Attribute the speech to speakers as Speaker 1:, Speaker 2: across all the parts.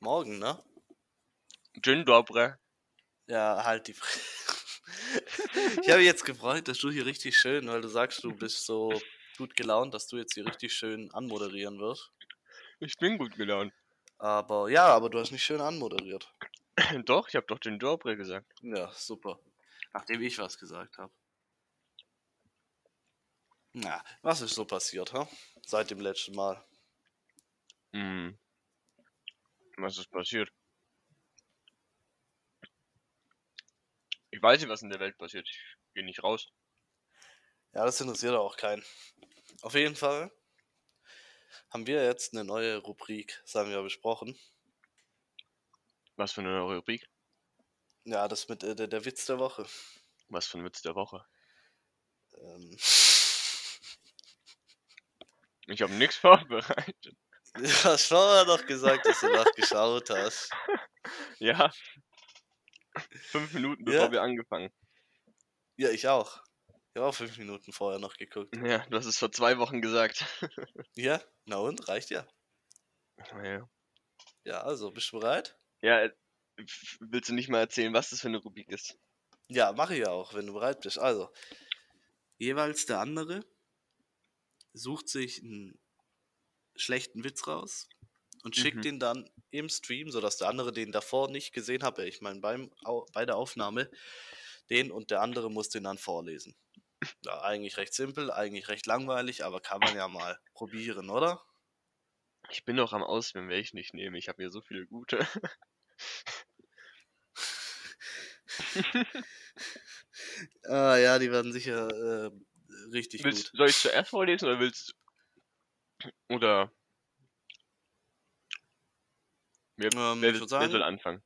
Speaker 1: Morgen, ne?
Speaker 2: Gin Dobre.
Speaker 1: Ja, halt die Fre Ich habe mich jetzt gefreut, dass du hier richtig schön, weil du sagst, du bist so gut gelaunt, dass du jetzt hier richtig schön anmoderieren wirst.
Speaker 2: Ich bin gut gelaunt.
Speaker 1: Aber ja, aber du hast nicht schön anmoderiert.
Speaker 2: doch, ich habe doch Gin Dobre gesagt.
Speaker 1: Ja, super. Nachdem ich was gesagt habe. Na, was ist so passiert, ha? Seit dem letzten Mal.
Speaker 2: Hm. Was ist passiert? Ich weiß nicht, was in der Welt passiert. Ich gehe nicht raus.
Speaker 1: Ja, das interessiert auch keinen. Auf jeden Fall haben wir jetzt eine neue Rubrik, das haben wir besprochen.
Speaker 2: Was für eine Rubrik?
Speaker 1: Ja, das mit äh, der, der Witz der Woche.
Speaker 2: Was für ein Witz der Woche?
Speaker 1: Ähm,
Speaker 2: Ich habe nichts vorbereitet.
Speaker 1: du hast schon mal noch gesagt, dass du nachgeschaut hast.
Speaker 2: Ja. Fünf Minuten
Speaker 1: Ja.
Speaker 2: bevor wir angefangen.
Speaker 1: Ja, ich auch. Ich habe auch fünf Minuten vorher noch geguckt.
Speaker 2: Ja, du hast es vor zwei Wochen gesagt.
Speaker 1: Ja, na und? Reicht ja.
Speaker 2: Ja,
Speaker 1: Ja, also, bist du bereit?
Speaker 2: ja äh, f- willst du nicht mal erzählen, was das für eine Rubrik ist?
Speaker 1: Ja, mache ich ja auch, wenn du bereit bist. Also, jeweils der andere sucht sich einen schlechten Witz raus und schickt
Speaker 2: Mhm.
Speaker 1: den dann im Stream, sodass der andere den davor nicht gesehen habe. Ich meine, beim Au bei der Aufnahme den und der andere muss den dann vorlesen. Ja, eigentlich recht simpel, eigentlich recht langweilig, aber kann man ja mal probieren, oder?
Speaker 2: Ich bin doch am Auswählen, welchen ich nehme. Ich habe hier so viele gute.
Speaker 1: Ah ja, die werden sicher äh, richtig
Speaker 2: Willst,
Speaker 1: gut.
Speaker 2: soll ich zuerst vorlesen oder willst du. Oder. Wer,
Speaker 1: Ähm,
Speaker 2: wer,
Speaker 1: ich würd
Speaker 2: will- wer
Speaker 1: sagen-
Speaker 2: soll anfangen?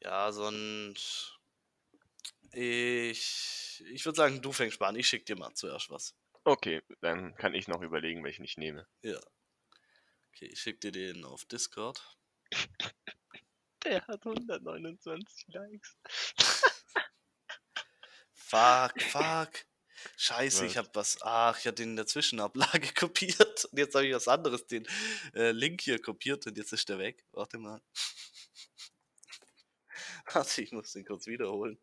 Speaker 1: Ja, sonst. Ich. Ich würde sagen, du fängst mal an. Ich schick dir mal zuerst was.
Speaker 2: Okay, dann kann ich noch überlegen, welchen ich nehme.
Speaker 1: Ja. Okay, ich schick dir den auf Discord.
Speaker 2: Der hat 129 Likes.
Speaker 1: Fuck, fuck. Scheiße, ich
Speaker 2: Was?
Speaker 1: hab was. Ach, ich hab den in der Zwischenablage kopiert. Und jetzt habe ich was anderes, den äh, Link hier kopiert und jetzt ist der weg. Warte mal. Warte, ich muss den kurz wiederholen.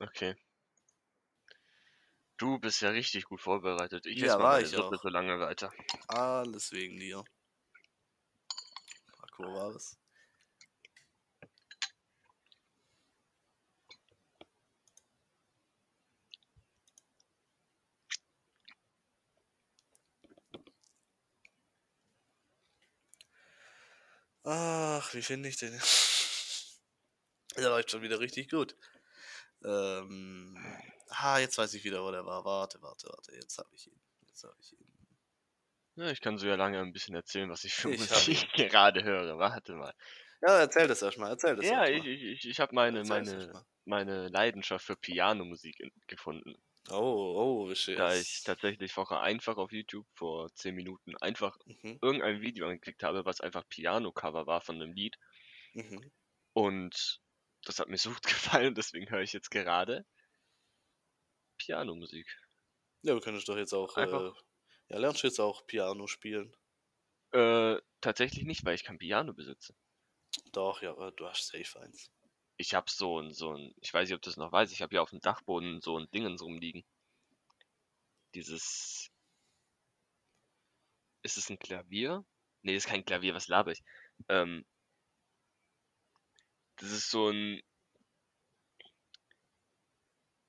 Speaker 2: Okay. Du bist ja richtig gut vorbereitet. Ich
Speaker 1: Ja,
Speaker 2: esse
Speaker 1: war
Speaker 2: mal meine
Speaker 1: ich
Speaker 2: Suppe
Speaker 1: auch.
Speaker 2: so lange weiter.
Speaker 1: Alles wegen dir. Akku war das. Ach, wie finde ich den? Der läuft schon wieder richtig gut. Ähm, ah, jetzt weiß ich wieder, wo der war. Warte, warte, warte. Jetzt habe ich ihn. Jetzt habe ich ihn.
Speaker 2: Ja, ich kann so ja lange ein bisschen erzählen, was ich für
Speaker 1: Ich hab
Speaker 2: Musik gerade höre. Warte mal.
Speaker 1: Ja, erzähl das erstmal. Erzähl das
Speaker 2: ja,
Speaker 1: erst
Speaker 2: ich,
Speaker 1: mal.
Speaker 2: ich, ich, ich habe meine,
Speaker 1: Erzähl's erst
Speaker 2: meine,
Speaker 1: mal.
Speaker 2: meine Leidenschaft für Pianomusik in- gefunden.
Speaker 1: Oh, oh, wie schön.
Speaker 2: Da ich tatsächlich vorher einfach auf YouTube vor 10 Minuten einfach
Speaker 1: Mhm,
Speaker 2: irgendein Video angeklickt habe, was einfach Piano-Cover war von einem Lied.
Speaker 1: mhm.
Speaker 2: Und das hat mir so gut gefallen, deswegen höre ich jetzt gerade Pianomusik.
Speaker 1: Ja, du könntest doch jetzt auch. Äh,
Speaker 2: Einfach.
Speaker 1: ja, lernst du jetzt auch Piano spielen?
Speaker 2: Äh, tatsächlich nicht, weil ich kein Piano besitze.
Speaker 1: Doch, ja, äh, du hast safe eins.
Speaker 2: Ich hab so ein, so ein, ich weiß nicht, ob du es noch weißt, ich habe hier auf dem Dachboden so ein Dingens rumliegen. Dieses. Ist es ein Klavier? Nee, ist kein Klavier, was laber ich? Ähm. Das ist so ein.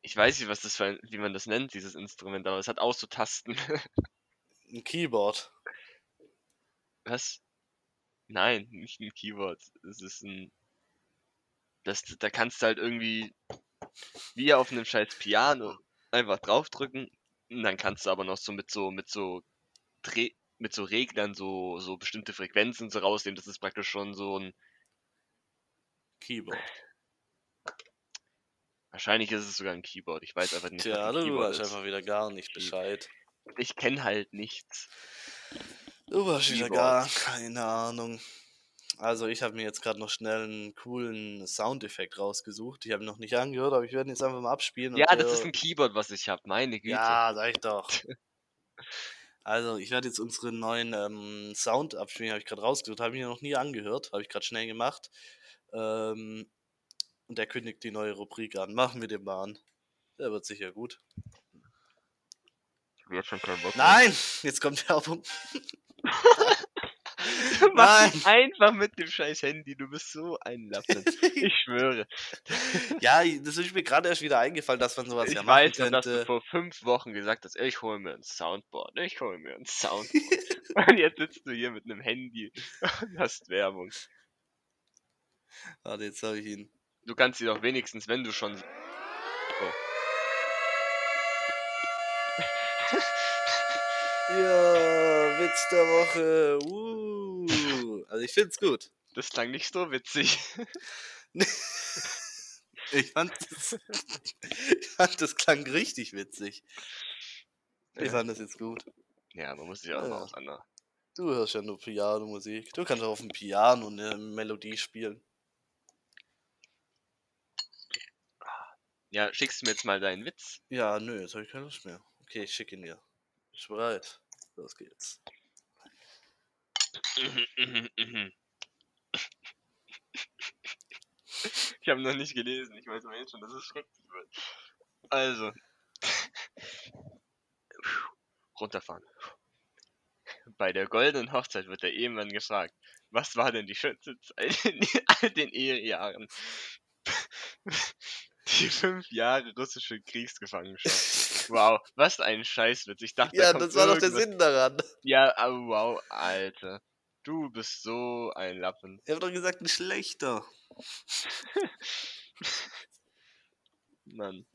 Speaker 2: Ich weiß nicht, was das für ein, wie man das nennt, dieses Instrument, aber es hat auch so Tasten.
Speaker 1: Ein Keyboard.
Speaker 2: Was? Nein, nicht ein Keyboard. Es ist ein. Das, da kannst du halt irgendwie wie auf einem scheiß Piano einfach draufdrücken. Und dann kannst du aber noch so mit so, mit so Dreh, mit so Reglern so, so bestimmte Frequenzen so rausnehmen. Das ist praktisch schon so ein.
Speaker 1: Keyboard.
Speaker 2: Wahrscheinlich ist es sogar ein Keyboard. Ich weiß einfach nicht,
Speaker 1: Tja,
Speaker 2: was ein
Speaker 1: du
Speaker 2: Keyboard
Speaker 1: weißt
Speaker 2: ist.
Speaker 1: einfach wieder gar nicht
Speaker 2: Key-
Speaker 1: Bescheid.
Speaker 2: Ich kenne halt nichts.
Speaker 1: Du weißt wieder
Speaker 2: Keyboard.
Speaker 1: gar keine Ahnung. Also, ich habe mir jetzt gerade noch schnell einen coolen Soundeffekt rausgesucht. Ich habe ihn noch nicht angehört, aber ich werde ihn jetzt Genau, einfach mal abspielen. und
Speaker 2: Ja, das
Speaker 1: hör-
Speaker 2: ist ein Keyboard, was ich habe. Meine Güte.
Speaker 1: Ja, sag ich doch. Also, ich werde jetzt unseren neuen ähm, Sound abspielen, habe ich gerade rausgesucht, habe ich mir noch nie angehört, habe ich gerade schnell gemacht. Ähm, und er kündigt die neue Rubrik an. Machen wir den mal an. Der wird sicher gut.
Speaker 2: Du hast schon keinen Bock. mehr.
Speaker 1: Nein! Jetzt kommt Werbung.
Speaker 2: Du machst
Speaker 1: Nein.
Speaker 2: es einfach mit dem scheiß Handy. Du bist so ein Lappen. ich schwöre.
Speaker 1: Ja, das ist mir gerade erst wieder eingefallen, dass man sowas
Speaker 2: ich
Speaker 1: ja machen
Speaker 2: weiß noch, dass du
Speaker 1: könnte.
Speaker 2: vor fünf Wochen gesagt hast, ich hole mir ein Soundboard. Ich hole mir ein Soundboard. und jetzt sitzt du hier mit einem Handy und hast Werbung.
Speaker 1: Warte, jetzt habe ich ihn.
Speaker 2: Du kannst sie doch wenigstens, wenn du schon. Oh.
Speaker 1: Ja, Witz der Woche. Uh. Also ich find's gut.
Speaker 2: Das klang nicht so witzig.
Speaker 1: Ich fand das, ich fand das klang richtig witzig. Ich
Speaker 2: Ja.
Speaker 1: fand das jetzt gut.
Speaker 2: Ja, man muss sich auch
Speaker 1: Ja.
Speaker 2: mal was anderes.
Speaker 1: Du hörst ja nur Piano-Musik. Du kannst auch auf dem Piano eine Melodie spielen.
Speaker 2: Ja, schickst du mir jetzt mal deinen Witz?
Speaker 1: Ja, nö, jetzt habe ich keine Lust mehr. Okay, ich schicke ihn dir. Bist du bereit? Los geht's.
Speaker 2: Mhm, ich habe noch nicht gelesen. Ich weiß aber jetzt schon, dass es schrecklich wird. Also. Runterfahren. Bei der goldenen Hochzeit wird der Ehemann gefragt, was war denn die schönste Zeit in all den Ehejahren? Die fünf Jahre russische Kriegsgefangenschaft. Wow, was ein Scheißwitz. Ich dachte, da
Speaker 1: ja,
Speaker 2: kommt
Speaker 1: das war doch der
Speaker 2: irgendwas
Speaker 1: Sinn daran.
Speaker 2: ja, ah, wow, Alter. Du bist so ein Lappen.
Speaker 1: Ich habe doch gesagt, ein schlechter.
Speaker 2: Mann.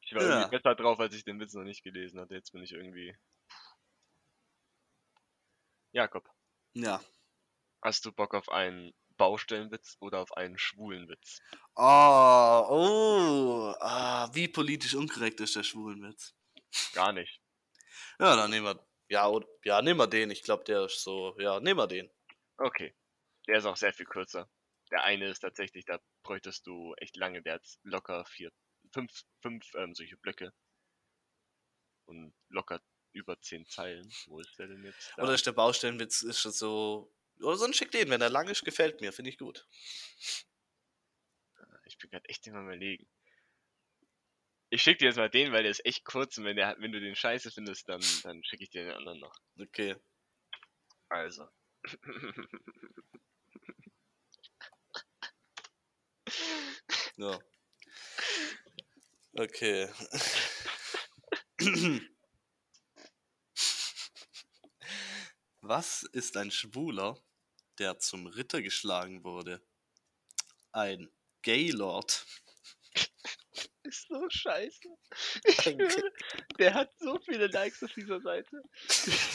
Speaker 2: Ich war
Speaker 1: Ja.
Speaker 2: irgendwie besser drauf, als ich den Witz noch nicht gelesen hatte. Jetzt bin ich irgendwie. Jakob,
Speaker 1: Ja.
Speaker 2: hast du Bock auf einen Baustellenwitz oder auf einen schwulen Witz?
Speaker 1: Oh, oh. Ah, wie politisch unkorrekt ist der Schwulenwitz.
Speaker 2: Gar nicht.
Speaker 1: Ja, dann nehmen wir. Ja, oder, ja, nehmen wir den. Ich glaube, der ist so. Ja, nehmen wir den.
Speaker 2: Okay. Der ist auch sehr viel kürzer. Der eine ist tatsächlich, da bräuchtest du echt lange. Der hat locker vier, fünf, fünf ähm, solche Blöcke. Und locker über zehn Zeilen. Wo ist der denn jetzt? Da.
Speaker 1: Oder ist der Baustellenwitz ist schon so. Oder sonst schick den, wenn er lang ist, gefällt mir, finde ich gut.
Speaker 2: Ich bin gerade echt immer überlegen. Ich schick dir jetzt mal den, weil der ist echt kurz und wenn, der, wenn du den scheiße findest, dann, dann schicke ich dir den anderen noch.
Speaker 1: Okay.
Speaker 2: Also.
Speaker 1: Ja. Okay. Was ist ein Schwuler, der zum Ritter geschlagen wurde? Ein Gaylord.
Speaker 2: Ist so scheiße. Ich
Speaker 1: Danke.
Speaker 2: schwöre, der hat so viele Likes auf dieser Seite.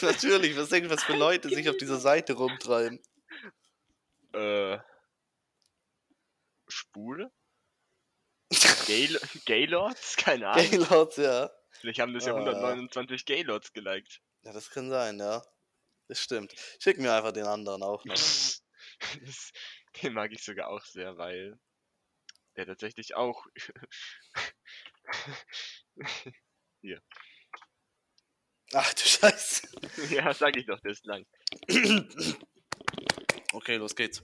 Speaker 1: Natürlich, was denken was für Leute sich auf dieser Seite rumtreiben?
Speaker 2: Äh. Spule? Gayl Gaylords? Keine Ahnung.
Speaker 1: Gaylords, ja.
Speaker 2: Vielleicht haben das ja
Speaker 1: Ah.
Speaker 2: 129 Gaylords geliked.
Speaker 1: Ja, das kann sein, ja. Das stimmt. Schick mir einfach den anderen auch noch.
Speaker 2: Pff, Das, den mag ich sogar auch sehr, weil der tatsächlich auch.
Speaker 1: Ach du Scheiße.
Speaker 2: ja, sag ich doch, der ist lang.
Speaker 1: Okay, los geht's.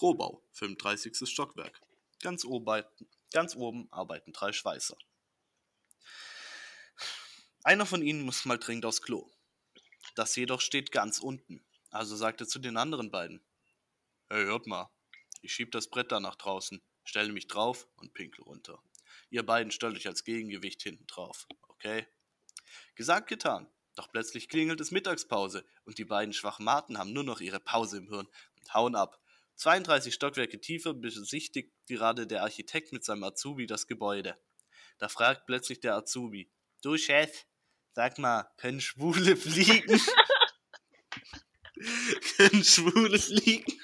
Speaker 1: Rohbau, 35. Stockwerk. Ganz oben, bei- ganz oben arbeiten drei Schweißer. Einer von ihnen muss mal dringend aufs Klo. Das jedoch steht ganz unten. Also sagt er zu den anderen beiden. Hey, hört mal. Ich schieb das Brett da nach draußen, stelle mich drauf und pinkel runter. Ihr beiden stellt euch als Gegengewicht hinten drauf, okay? Gesagt, getan. Doch plötzlich klingelt es Mittagspause und die beiden Schwachmaten haben nur noch ihre Pause im Hirn und hauen ab. 32 Stockwerke tiefer besichtigt gerade der Architekt mit seinem Azubi das Gebäude. Da fragt plötzlich der Azubi: Du Chef, sag mal, können Schwule fliegen? können Schwule fliegen?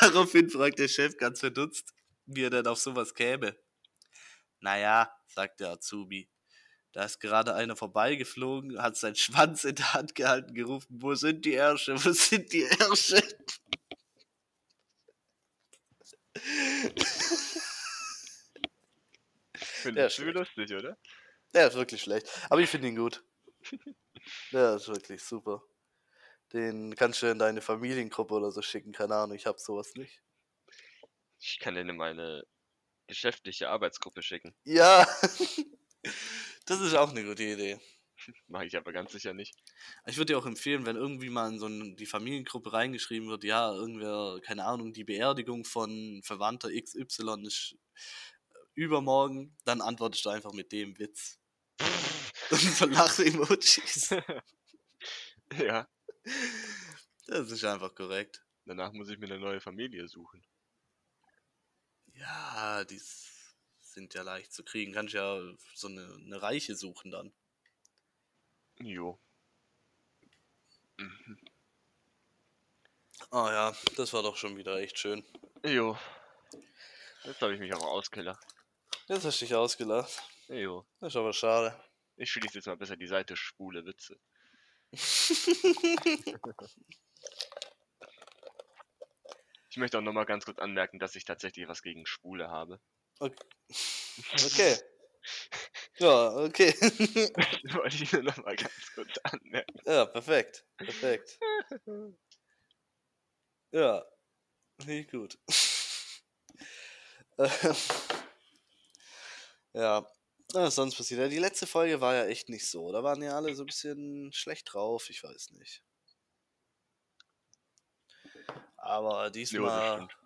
Speaker 1: Daraufhin fragt der Chef ganz verdutzt, wie er denn auf sowas käme. Naja, sagt der Azubi, da ist gerade einer vorbeigeflogen, hat seinen Schwanz in der Hand gehalten, gerufen, wo sind die Ärsche, wo sind die Ärsche?
Speaker 2: Finde
Speaker 1: Der
Speaker 2: ich
Speaker 1: ist
Speaker 2: lustig, oder?
Speaker 1: Der ist wirklich schlecht, aber ich finde ihn gut. Ja, ist wirklich super. Den kannst du in deine Familiengruppe oder so schicken, keine Ahnung, ich hab sowas nicht.
Speaker 2: Ich kann den in meine geschäftliche Arbeitsgruppe schicken.
Speaker 1: Ja, das ist auch eine gute Idee.
Speaker 2: Mache ich aber ganz sicher nicht.
Speaker 1: Ich würde dir auch empfehlen, wenn irgendwie mal in so ein, die Familiengruppe reingeschrieben wird, ja, irgendwer, keine Ahnung, die Beerdigung von Verwandter XY ist übermorgen, dann antwortest du einfach mit dem Witz. Und verlache Emojis.
Speaker 2: Ja,
Speaker 1: Das ist einfach korrekt.
Speaker 2: danach muss ich mir eine neue Familie suchen.
Speaker 1: Ja, die s- sind ja leicht zu kriegen. Kannst ja so eine, eine Reiche suchen dann.
Speaker 2: Jo.
Speaker 1: Ah ja, das war doch schon wieder echt schön.
Speaker 2: Jo. Jetzt habe ich mich aber ausgelacht.
Speaker 1: Jetzt hast du dich ausgelacht.
Speaker 2: Jo.
Speaker 1: Das ist aber schade.
Speaker 2: Ich schließe jetzt mal besser die Seite schwule Witze. ich möchte auch nochmal ganz kurz anmerken, dass ich tatsächlich was gegen Schwule habe.
Speaker 1: Okay. Ja, okay.
Speaker 2: Das wollte ich nur nochmal ganz kurz anmerken.
Speaker 1: Ja, perfekt. Perfekt. Ja, nicht gut. Ähm, ja, na, sonst passiert. Ja, die letzte Folge war ja echt nicht so. Da waren ja alle so ein bisschen schlecht drauf, ich weiß nicht. Aber diesmal.
Speaker 2: stimmt.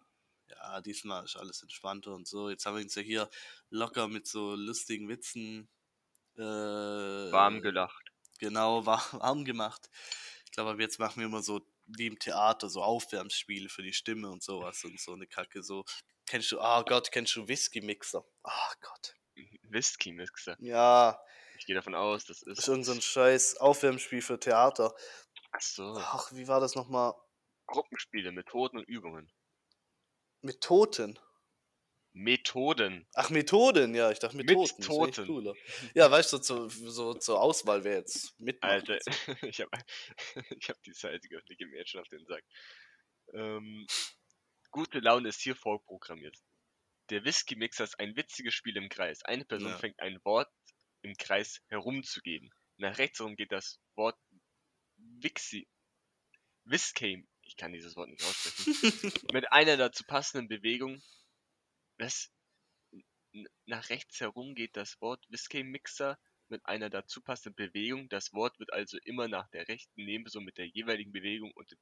Speaker 1: Ja, diesmal ist alles entspannter und so. Jetzt haben wir uns ja hier locker mit so lustigen Witzen äh,
Speaker 2: Warm gelacht.
Speaker 1: genau war- warm gemacht. Ich glaube, ab jetzt machen wir immer so wie im Theater so Aufwärmspiele für die Stimme und sowas und so eine Kacke. So kennst du, ah Gott, kennst du Whisky-Mixer? Ah Gott.
Speaker 2: Whisky-Mixer.
Speaker 1: Ja,
Speaker 2: Ich gehe davon aus, das
Speaker 1: ist
Speaker 2: ist.
Speaker 1: irgend so ein scheiß Aufwärmspiel für Theater.
Speaker 2: Achso.
Speaker 1: Ach, wie war das nochmal?
Speaker 2: Gruppenspiele, Methoden und Übungen.
Speaker 1: Mit Toten.
Speaker 2: Methoden.
Speaker 1: Ach, Methoden, ja, ich dachte
Speaker 2: Mit
Speaker 1: Methoden. das wär echt
Speaker 2: Toten.
Speaker 1: Cooler. Ja, weißt du, so, zur- so zur Auswahl wäre jetzt mit.
Speaker 2: Alter, ich habe ich hab die Seite geöffnet, geht mir jetzt schon auf den Sack. Ähm, gute Laune ist hier vorprogrammiert. Der Whisky-Mixer ist ein witziges Spiel im Kreis. Eine Person
Speaker 1: Ja.
Speaker 2: fängt ein Wort im Kreis herumzugeben. Nach rechts herum geht das Wort Wixi. Whisky. Ich kann dieses Wort nicht aussprechen. Mit einer dazu passenden Bewegung. Was? N- Nach rechts herum geht das Wort Whisky-Mixer mit einer dazu passenden Bewegung. Das Wort wird also immer nach der rechten Nebenperson mit der jeweiligen Bewegung und dem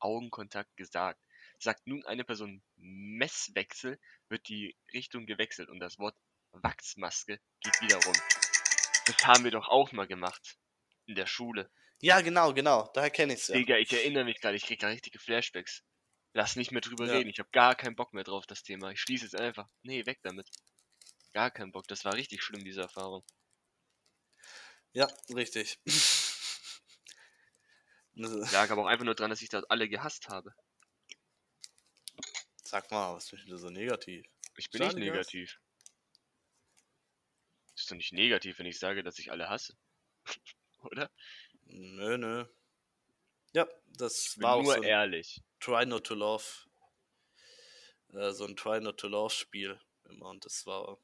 Speaker 2: Augenkontakt gesagt. Sagt nun eine Person Messwechsel, wird die Richtung gewechselt und das Wort Wachsmaske geht wieder rum. Das haben wir doch auch mal gemacht. In der Schule.
Speaker 1: Ja, genau, genau, daher kenne ich es ja.
Speaker 2: Digga, ich erinnere mich gerade, ich krieg da richtige Flashbacks. Lass nicht mehr drüber
Speaker 1: Ja.
Speaker 2: reden, ich habe gar keinen Bock mehr drauf, das Thema. Ich schließe es einfach. Nee, weg damit. Gar keinen Bock, das war richtig schlimm, diese Erfahrung.
Speaker 1: Ja, richtig. Das-
Speaker 2: Lag aber auch einfach nur dran, dass ich das alle gehasst habe.
Speaker 1: Sag mal, was bist du so negativ?
Speaker 2: Ich bin
Speaker 1: Saligas?
Speaker 2: nicht negativ. Ist doch nicht negativ, wenn ich sage, dass ich alle hasse. Oder?
Speaker 1: Nö, nö. Ja, das
Speaker 2: Ich bin
Speaker 1: war auch so
Speaker 2: nur
Speaker 1: ein
Speaker 2: ehrlich.
Speaker 1: Try Not to Love. Äh, so ein Try Not to Love Spiel immer und das war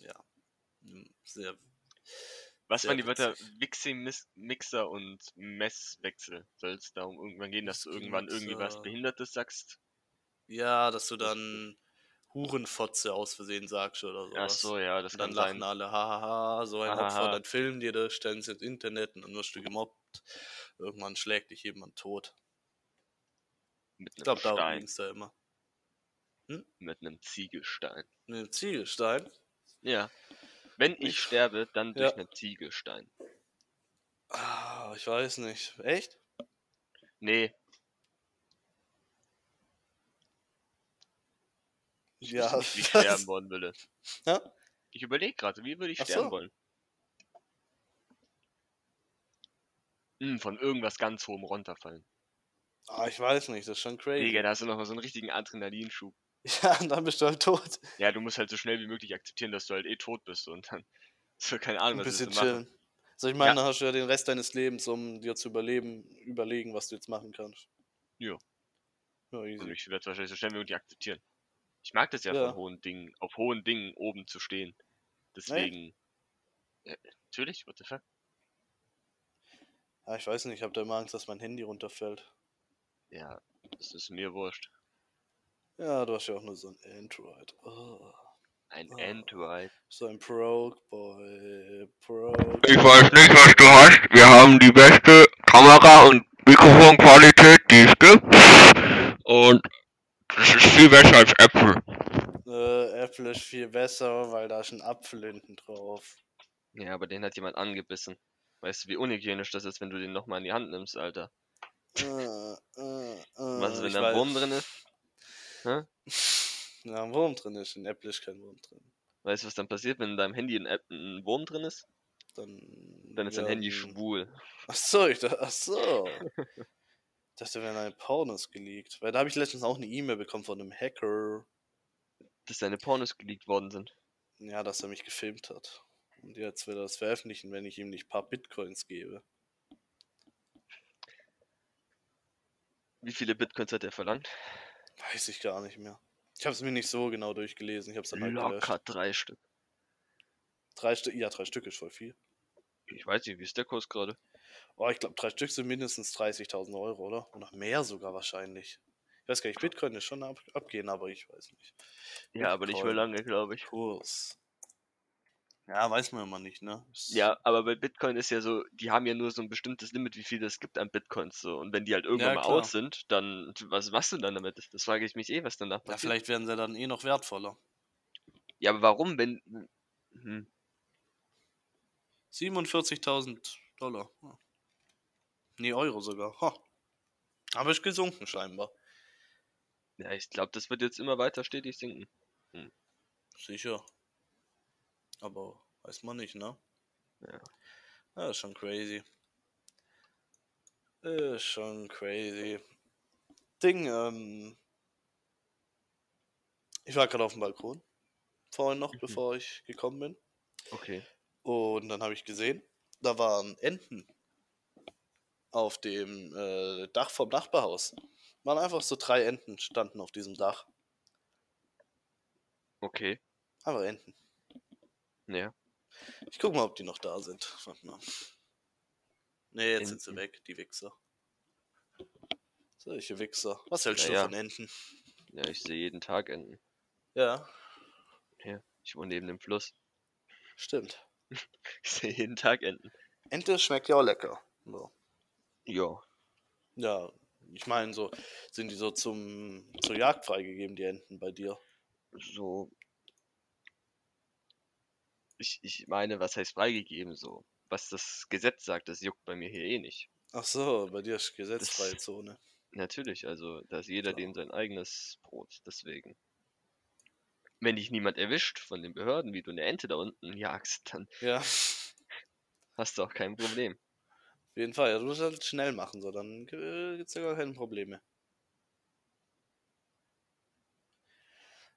Speaker 1: ja mm, sehr
Speaker 2: Was
Speaker 1: sehr
Speaker 2: waren die Wörter Wixi, Mis- Mixer und Messwechsel? Soll es da um irgendwann gehen, dass du
Speaker 1: Wixi,
Speaker 2: irgendwann irgendwie was
Speaker 1: Mixer.
Speaker 2: Behindertes sagst?
Speaker 1: ja, dass du
Speaker 2: Das ist
Speaker 1: dann Hurenfotze aus Versehen sagst oder sowas.
Speaker 2: Ach so, ja, das
Speaker 1: und dann
Speaker 2: kann
Speaker 1: lachen
Speaker 2: sein.
Speaker 1: alle, hahaha, so ein
Speaker 2: Hahaha.
Speaker 1: Opfer, dann filmen dir das, stellen es ins Internet und dann wirst du gemobbt. Irgendwann schlägt dich jemand tot.
Speaker 2: Mit
Speaker 1: Ich
Speaker 2: einem
Speaker 1: glaube, darum ging
Speaker 2: Stein.
Speaker 1: es da immer.
Speaker 2: Mit einem Ziegelstein.
Speaker 1: Mit dem Ziegelstein.
Speaker 2: Ja. Wenn ich
Speaker 1: Ich-
Speaker 2: sterbe, dann durch
Speaker 1: Ja.
Speaker 2: einen Ziegelstein.
Speaker 1: Ah, ich weiß nicht. Echt?
Speaker 2: Nee, ich ja,
Speaker 1: Ja,
Speaker 2: wüsste nicht, wie ich
Speaker 1: was?
Speaker 2: sterben wollen würde.
Speaker 1: Ja?
Speaker 2: Ich überlege gerade, wie würde ich
Speaker 1: Ach
Speaker 2: sterben
Speaker 1: so.
Speaker 2: wollen? Hm, von irgendwas ganz hohem runterfallen.
Speaker 1: Ah, ich weiß nicht, das ist schon crazy.
Speaker 2: Digga, da hast du nochmal so einen richtigen Adrenalinschub.
Speaker 1: Ja, und dann bist du halt tot.
Speaker 2: Ja, du musst halt so schnell wie möglich akzeptieren, dass du halt eh tot bist und dann. So, keine Ahnung,
Speaker 1: Ein
Speaker 2: was
Speaker 1: bisschen
Speaker 2: willst du machen.
Speaker 1: chillen. So, ich meine, dann hast du ja den Rest deines Lebens, um dir zu überleben, überlegen, was du jetzt machen kannst.
Speaker 2: Ja.
Speaker 1: Ja,
Speaker 2: Und
Speaker 1: easy.
Speaker 2: ich werde es wahrscheinlich so schnell wie möglich akzeptieren. Ich mag das ja,
Speaker 1: Ja.
Speaker 2: von hohen Dingen, auf hohen Dingen oben zu stehen. Deswegen. Ja, natürlich, what äh, the fuck?
Speaker 1: Ah, ich weiß nicht, ich habe da immer Angst, dass mein Handy runterfällt.
Speaker 2: Ja, das ist mir wurscht.
Speaker 1: Ja, du hast ja auch nur so ein Android. Oh,
Speaker 2: Ein
Speaker 1: Ah.
Speaker 2: Android.
Speaker 1: so ein Broke Boy.
Speaker 3: Ich
Speaker 1: Broke.
Speaker 3: weiß nicht, was du hast. Wir haben die beste Kamera- und Mikrofonqualität, die es gibt. Und das ist viel besser als Apple.
Speaker 1: Äh, Apple ist viel besser, weil da ist ein Apfel hinten drauf.
Speaker 2: Ja, aber den hat jemand angebissen. Weißt du, wie unhygienisch das ist, wenn du den nochmal in die Hand nimmst, Alter?
Speaker 1: Äh, äh, äh,
Speaker 2: Was, wenn
Speaker 1: ich
Speaker 2: da ein
Speaker 1: weiß-
Speaker 2: Wurm drin ist?
Speaker 1: Ja, ein Wurm drin ist. In Apple ist kein Wurm drin.
Speaker 2: Weißt du, was dann passiert, wenn in deinem Handy ein, App- ein Wurm drin ist?
Speaker 1: Dann,
Speaker 2: Dann ist dein
Speaker 1: ja,
Speaker 2: Handy
Speaker 1: dann-
Speaker 2: schwul.
Speaker 1: Ach so, ich dachte, ach so. Ich dachte, wir werden Pornos geleakt. Weil da habe ich letztens auch eine E-Mail bekommen von einem Hacker.
Speaker 2: Dass deine Pornos geleakt worden sind.
Speaker 1: Ja, dass er mich gefilmt hat. Und jetzt will er das veröffentlichen, wenn ich ihm nicht ein paar Bitcoins gebe.
Speaker 2: Wie viele Bitcoins hat er verlangt?
Speaker 1: Weiß ich gar nicht mehr. Ich habe es mir nicht so genau durchgelesen. Ich habe es dann halt gelöscht.
Speaker 2: Locker drei Stück.
Speaker 1: Drei Stück, ja, drei Stück ist voll viel.
Speaker 2: Ich weiß nicht, wie ist der Kurs gerade?
Speaker 1: Oh, ich glaube, drei Stück sind mindestens 30.000 Euro, oder? Oder mehr sogar wahrscheinlich. Ich weiß gar nicht, Bitcoin ist schon ab, abgehen, aber ich weiß nicht.
Speaker 2: Ja, aber nicht mehr
Speaker 1: Bitcoin.
Speaker 2: lange, glaube ich.
Speaker 1: Kurs. Ja, weiß man immer nicht, ne? Ist-
Speaker 2: Ja, aber bei Bitcoin ist ja so, die haben ja nur so ein bestimmtes Limit, wie viel es gibt an Bitcoins so. Und wenn die halt irgendwann
Speaker 1: Ja,
Speaker 2: mal
Speaker 1: klar.
Speaker 2: out sind, dann was machst du dann damit? Das frage ich mich eh, was danach
Speaker 1: Ja,
Speaker 2: passiert.
Speaker 1: vielleicht werden sie dann eh noch wertvoller.
Speaker 2: Ja, aber warum, wenn. Hm.
Speaker 1: 47.000 Dollar. Ja. Nee, Euro sogar. Ha. Aber ist gesunken scheinbar.
Speaker 2: Ja, ich glaube, das wird jetzt immer weiter stetig sinken.
Speaker 1: Sicher. Aber weiß man nicht, ne?
Speaker 2: Ja.
Speaker 1: Ja, ist schon crazy. Ist schon crazy. Ding, ähm. Ich war gerade auf dem Balkon. Vorhin noch,
Speaker 2: Mhm.
Speaker 1: bevor ich gekommen bin.
Speaker 2: Okay.
Speaker 1: Und dann habe ich gesehen, da waren Enten auf dem äh, Dach vom Nachbarhaus. Waren einfach so drei Enten standen auf diesem Dach.
Speaker 2: Okay.
Speaker 1: Einfach Enten.
Speaker 2: Ja.
Speaker 1: Ich gucke mal, ob die noch da sind. Warte mal. Nee, jetzt sind sie
Speaker 2: Enten.
Speaker 1: weg, die Wichser. Solche Wichser. Was hältst du
Speaker 2: Naja.
Speaker 1: von Enten?
Speaker 2: Ja, ich sehe jeden Tag Enten.
Speaker 1: Ja,
Speaker 2: Ich wohne neben dem Fluss.
Speaker 1: stimmt.
Speaker 2: Ich sehe jeden Tag Enten.
Speaker 1: Ente schmeckt ja auch lecker. So.
Speaker 2: Ja.
Speaker 1: Ja, ich meine, so sind die so zum zur Jagd freigegeben, die Enten bei dir.
Speaker 2: So. Ich, ich meine, was heißt freigegeben so? Was das Gesetz sagt, das juckt bei mir hier eh nicht.
Speaker 1: Ach so, bei dir ist gesetzfreie Zone.
Speaker 2: Natürlich, also da ist jeder
Speaker 1: Klar.
Speaker 2: dem sein eigenes Brot, deswegen. Wenn dich niemand erwischt von den Behörden, wie du eine Ente da unten jagst, dann
Speaker 1: Ja, auf
Speaker 2: hast du auch kein Problem.
Speaker 1: jeden Fall. Ja, du musst halt schnell machen, so dann äh, gibt's ja gar keine Probleme.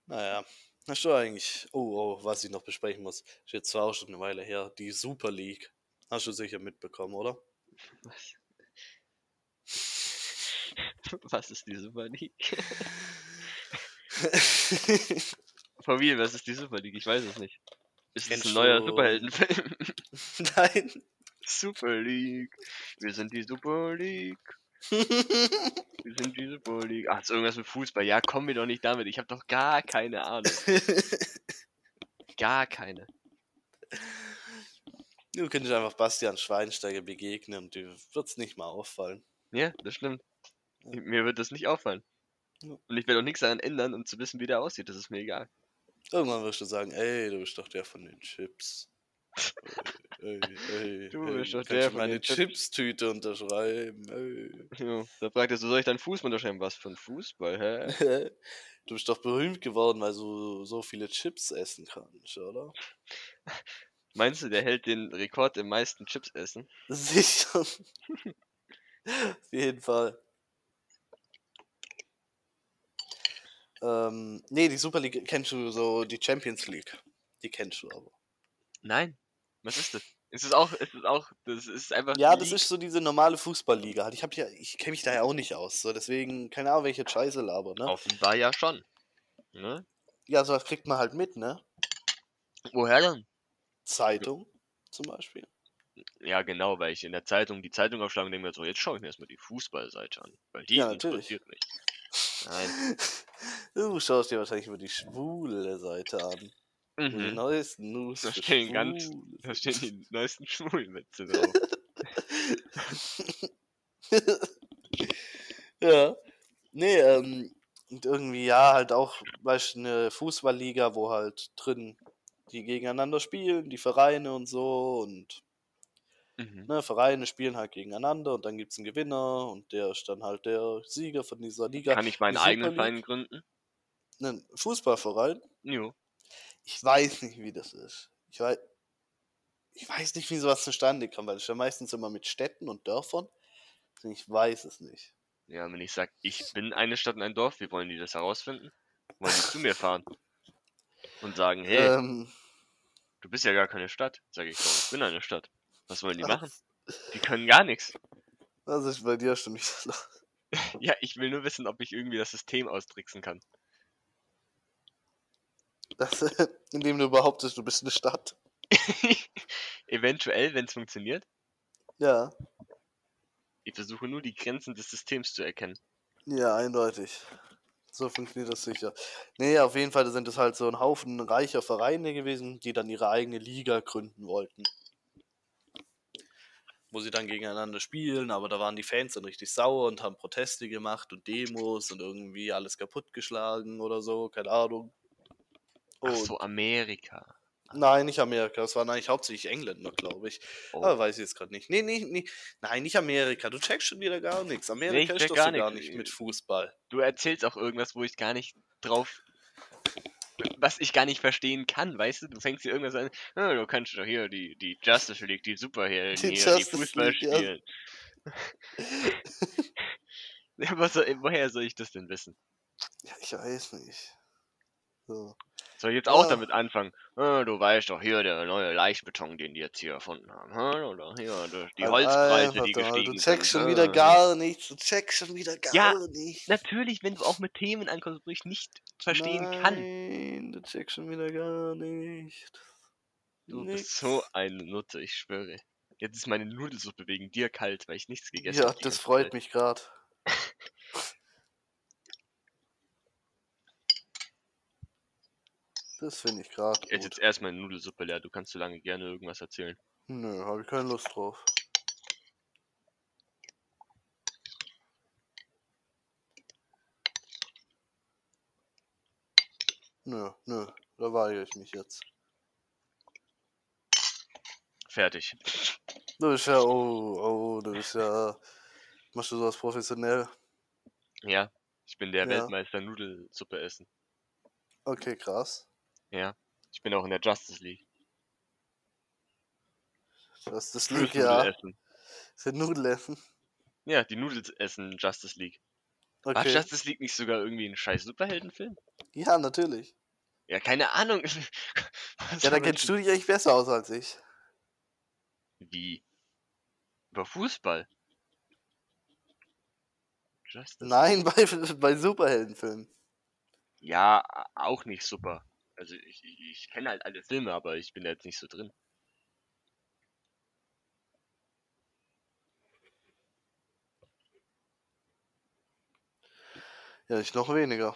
Speaker 1: Naja, hast du eigentlich. Oh, oh, was ich noch besprechen muss. Ist jetzt zwar auch schon eine Weile her. Die Super League. Hast du sicher mitbekommen, oder?
Speaker 2: Was, was ist die Super League? Von mir, was ist die Super League? Ich weiß es nicht. Ist das
Speaker 1: Kennst
Speaker 2: ein neuer
Speaker 1: du-
Speaker 2: Superheldenfilm?
Speaker 1: Nein.
Speaker 2: Super League. Wir sind die Super League. Wir sind die Super League. Ach, ist irgendwas mit Fußball. Ja, komm mir doch nicht damit. Ich habe doch gar keine Ahnung. Gar keine.
Speaker 1: du könntest einfach Bastian Schweinsteiger begegnen und dir wird's nicht mal auffallen.
Speaker 2: Ja, das stimmt.
Speaker 1: Ja.
Speaker 2: M- Mir wird das nicht auffallen.
Speaker 1: Ja.
Speaker 2: Und ich werde auch nichts daran ändern, um zu wissen, wie der aussieht. Das ist mir egal.
Speaker 1: Irgendwann wirst du sagen, ey, du bist doch der von den Chips. Ey, ey, ey,
Speaker 2: Du
Speaker 1: ey,
Speaker 2: bist doch
Speaker 1: kannst
Speaker 2: der
Speaker 1: du
Speaker 2: von
Speaker 1: meine
Speaker 2: den Chips.
Speaker 1: Chips-Tüte unterschreiben. Ey.
Speaker 2: Ja. Da fragt er so, soll ich deinen Fuß unterschreiben? Was für ein Fußball, hä?
Speaker 1: Du bist doch berühmt geworden, weil du so viele Chips essen kannst, oder?
Speaker 2: Meinst du, der hält den Rekord im meisten Chips essen?
Speaker 1: Sicher. Auf jeden Fall. Ähm, nee, die Super League kennst du so, die Champions League. Die kennst du aber.
Speaker 2: Nein. Was ist das? Ist es auch, ist es auch, das ist einfach.
Speaker 1: Ja,
Speaker 2: die
Speaker 1: das
Speaker 2: League?
Speaker 1: ist so diese normale Fußballliga. halt. Ich hab ja, ich kenne mich da ja auch nicht aus. So, deswegen, keine Ahnung, welche Scheiße laber, ne?
Speaker 2: Offenbar ja schon. Ne?
Speaker 1: Ja, sowas kriegt man halt mit, ne?
Speaker 2: Woher denn?
Speaker 1: Zeitung zum Beispiel.
Speaker 2: Ja, genau, weil ich in der Zeitung die Zeitung aufschlage und denke mir so, jetzt schaue ich mir erstmal die Fußballseite an. Weil die
Speaker 1: Ja, natürlich.
Speaker 2: interessiert mich. Nein.
Speaker 1: Du schaust dir wahrscheinlich über die schwule Seite an. Mhm. Die
Speaker 2: Mhm.
Speaker 1: neuesten News.
Speaker 2: Da
Speaker 1: für
Speaker 2: stehen ganz-
Speaker 1: Schwule.
Speaker 2: Da stehen die neuesten Schwulenwitze drauf.
Speaker 1: Ja. Nee, ähm, und irgendwie ja, halt auch, weißt du, eine Fußballliga, wo halt drin die gegeneinander spielen, die Vereine und so und
Speaker 2: mhm.
Speaker 1: ne, Vereine spielen halt gegeneinander und dann gibt es einen Gewinner und der ist dann halt der Sieger von dieser Liga.
Speaker 2: Kann ich meinen
Speaker 1: die Super
Speaker 2: eigenen
Speaker 1: League-
Speaker 2: Verein gründen?
Speaker 1: Einen Fußballverein?
Speaker 2: Jo.
Speaker 1: Ich weiß nicht, wie das ist. Ich weiß, ich weiß nicht, wie sowas zustande kommt, weil das ist ja meistens immer mit Städten und Dörfern. Deswegen, Ich weiß es nicht.
Speaker 2: Ja, wenn ich sage, ich bin eine Stadt und ein Dorf, wie wollen die das herausfinden? Wollen die zu mir fahren? Und sagen, hey,
Speaker 1: Ähm,
Speaker 2: du bist ja gar keine Stadt. Sage ich, doch, ich bin eine Stadt. Was wollen die machen? Die können gar nichts.
Speaker 1: Das ist bei dir schon nicht so laut.
Speaker 2: Ja, ich will nur wissen, ob ich irgendwie das System austricksen kann.
Speaker 1: Das, indem du behauptest, du bist eine Stadt.
Speaker 2: Eventuell, wenn es funktioniert.
Speaker 1: Ja,
Speaker 2: Ich versuche nur die Grenzen des Systems zu erkennen.
Speaker 1: ja, eindeutig. So funktioniert das sicher. Nee, auf jeden Fall sind es halt so ein Haufen reicher Vereine gewesen, die dann ihre eigene Liga gründen wollten. Wo sie dann gegeneinander spielen, aber da waren die Fans dann richtig sauer und haben Proteste gemacht und Demos und irgendwie alles kaputtgeschlagen oder so, keine Ahnung.
Speaker 2: Ach
Speaker 1: Und-
Speaker 2: so, Amerika.
Speaker 1: Nein, nicht Amerika. Es waren eigentlich hauptsächlich Engländer, glaube ich.
Speaker 2: Oh.
Speaker 1: Aber weiß ich jetzt gerade nicht. Nee, nee, nee. Nein, nicht Amerika. Du checkst schon wieder gar nichts. Amerika
Speaker 2: check
Speaker 1: ist doch
Speaker 2: gar
Speaker 1: so gar
Speaker 2: nichts.
Speaker 1: nicht mit Fußball.
Speaker 2: Du erzählst auch irgendwas, wo ich gar nicht drauf. Was ich gar nicht verstehen kann, weißt du? Du fängst hier irgendwas an. "Ah, du kannst doch hier die, die Justice League, die Superhelden,
Speaker 1: Die
Speaker 2: die, hier, die
Speaker 1: Justice
Speaker 2: Fußball
Speaker 1: League, ja.
Speaker 2: spielen. Ja. Was soll, woher soll ich das denn wissen?
Speaker 1: Ja, ich weiß nicht. So.
Speaker 2: Soll ich jetzt auch
Speaker 1: Ah.
Speaker 2: damit anfangen? Ah, du weißt doch, hier der neue Leichtbeton, den die jetzt hier erfunden haben. Ah, Oder hier durch die
Speaker 1: Al-
Speaker 2: Holzpreise,
Speaker 1: Alter,
Speaker 2: die
Speaker 1: Donald,
Speaker 2: gestiegen
Speaker 1: Du checkst
Speaker 2: sind.
Speaker 1: schon wieder
Speaker 2: Ah.
Speaker 1: gar nichts. Du checkst schon wieder gar
Speaker 2: Ja,
Speaker 1: nichts.
Speaker 2: Natürlich, wenn du auch mit Themen ankommst, wo ich nicht verstehen kann.
Speaker 1: Nein, du checkst schon wieder gar nicht.
Speaker 2: Du
Speaker 1: Nix.
Speaker 2: bist so eine Nutte, ich schwöre. Jetzt ist meine Nudelsuppe wegen dir kalt, weil ich nichts gegessen
Speaker 1: Ja,
Speaker 2: hab die
Speaker 1: das
Speaker 2: ganze
Speaker 1: freut
Speaker 2: Zeit.
Speaker 1: mich gerade. Das finde ich gerade
Speaker 2: Jetzt,
Speaker 1: gut.
Speaker 2: jetzt erst meine Nudelsuppe leer, du kannst so lange gerne irgendwas erzählen.
Speaker 1: Nö, habe ich keine Lust drauf. Nö, nö, da weigere ich mich jetzt.
Speaker 2: Fertig.
Speaker 1: Du bist ja, oh, oh, du bist ja, machst du sowas professionell?
Speaker 2: Ja, ich bin der
Speaker 1: Ja.
Speaker 2: Weltmeister Nudelsuppe essen.
Speaker 1: Okay, krass.
Speaker 2: Ich bin auch in der Justice League.
Speaker 1: Das ist
Speaker 2: Fürs
Speaker 1: League, ja.
Speaker 2: Nudelessen.
Speaker 1: Für Nudelessen.
Speaker 2: Ja, die Nudel essen Justice League. War
Speaker 1: Okay.
Speaker 2: Justice League nicht sogar irgendwie ein scheiß Superheldenfilm?
Speaker 1: Ja, natürlich.
Speaker 2: Ja, keine Ahnung. Was
Speaker 1: Ja, da
Speaker 2: für
Speaker 1: kennst
Speaker 2: Menschen-
Speaker 1: du dich eigentlich besser aus als ich.
Speaker 2: Wie? Über Fußball? Justice
Speaker 1: Nein, bei, bei Superheldenfilmen.
Speaker 2: Ja, a- auch nicht super. Also ich, ich, ich kenne halt alle Filme, aber ich bin da jetzt nicht so drin.
Speaker 1: Ja, ich noch weniger.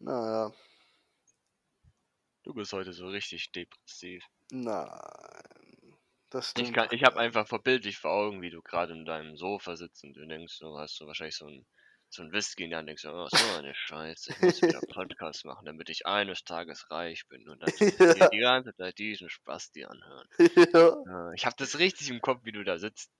Speaker 1: Naja,
Speaker 2: Du bist heute so richtig depressiv.
Speaker 1: nein. Das stimmt.
Speaker 2: Ich, kann, ich habe einfach verbildlich vor Augen, wie du gerade in deinem Sofa sitzt und du denkst, du hast so wahrscheinlich so ein so ein Whisky in der Hand, denkst du, oh, so eine Scheiße, ich muss wieder Podcast machen, damit ich eines Tages reich bin und dann dir die ganze Zeit diesen Spaß dir anhören.
Speaker 1: ja,
Speaker 2: Ja, Äh, Ich habe das richtig im Kopf, wie du da sitzt.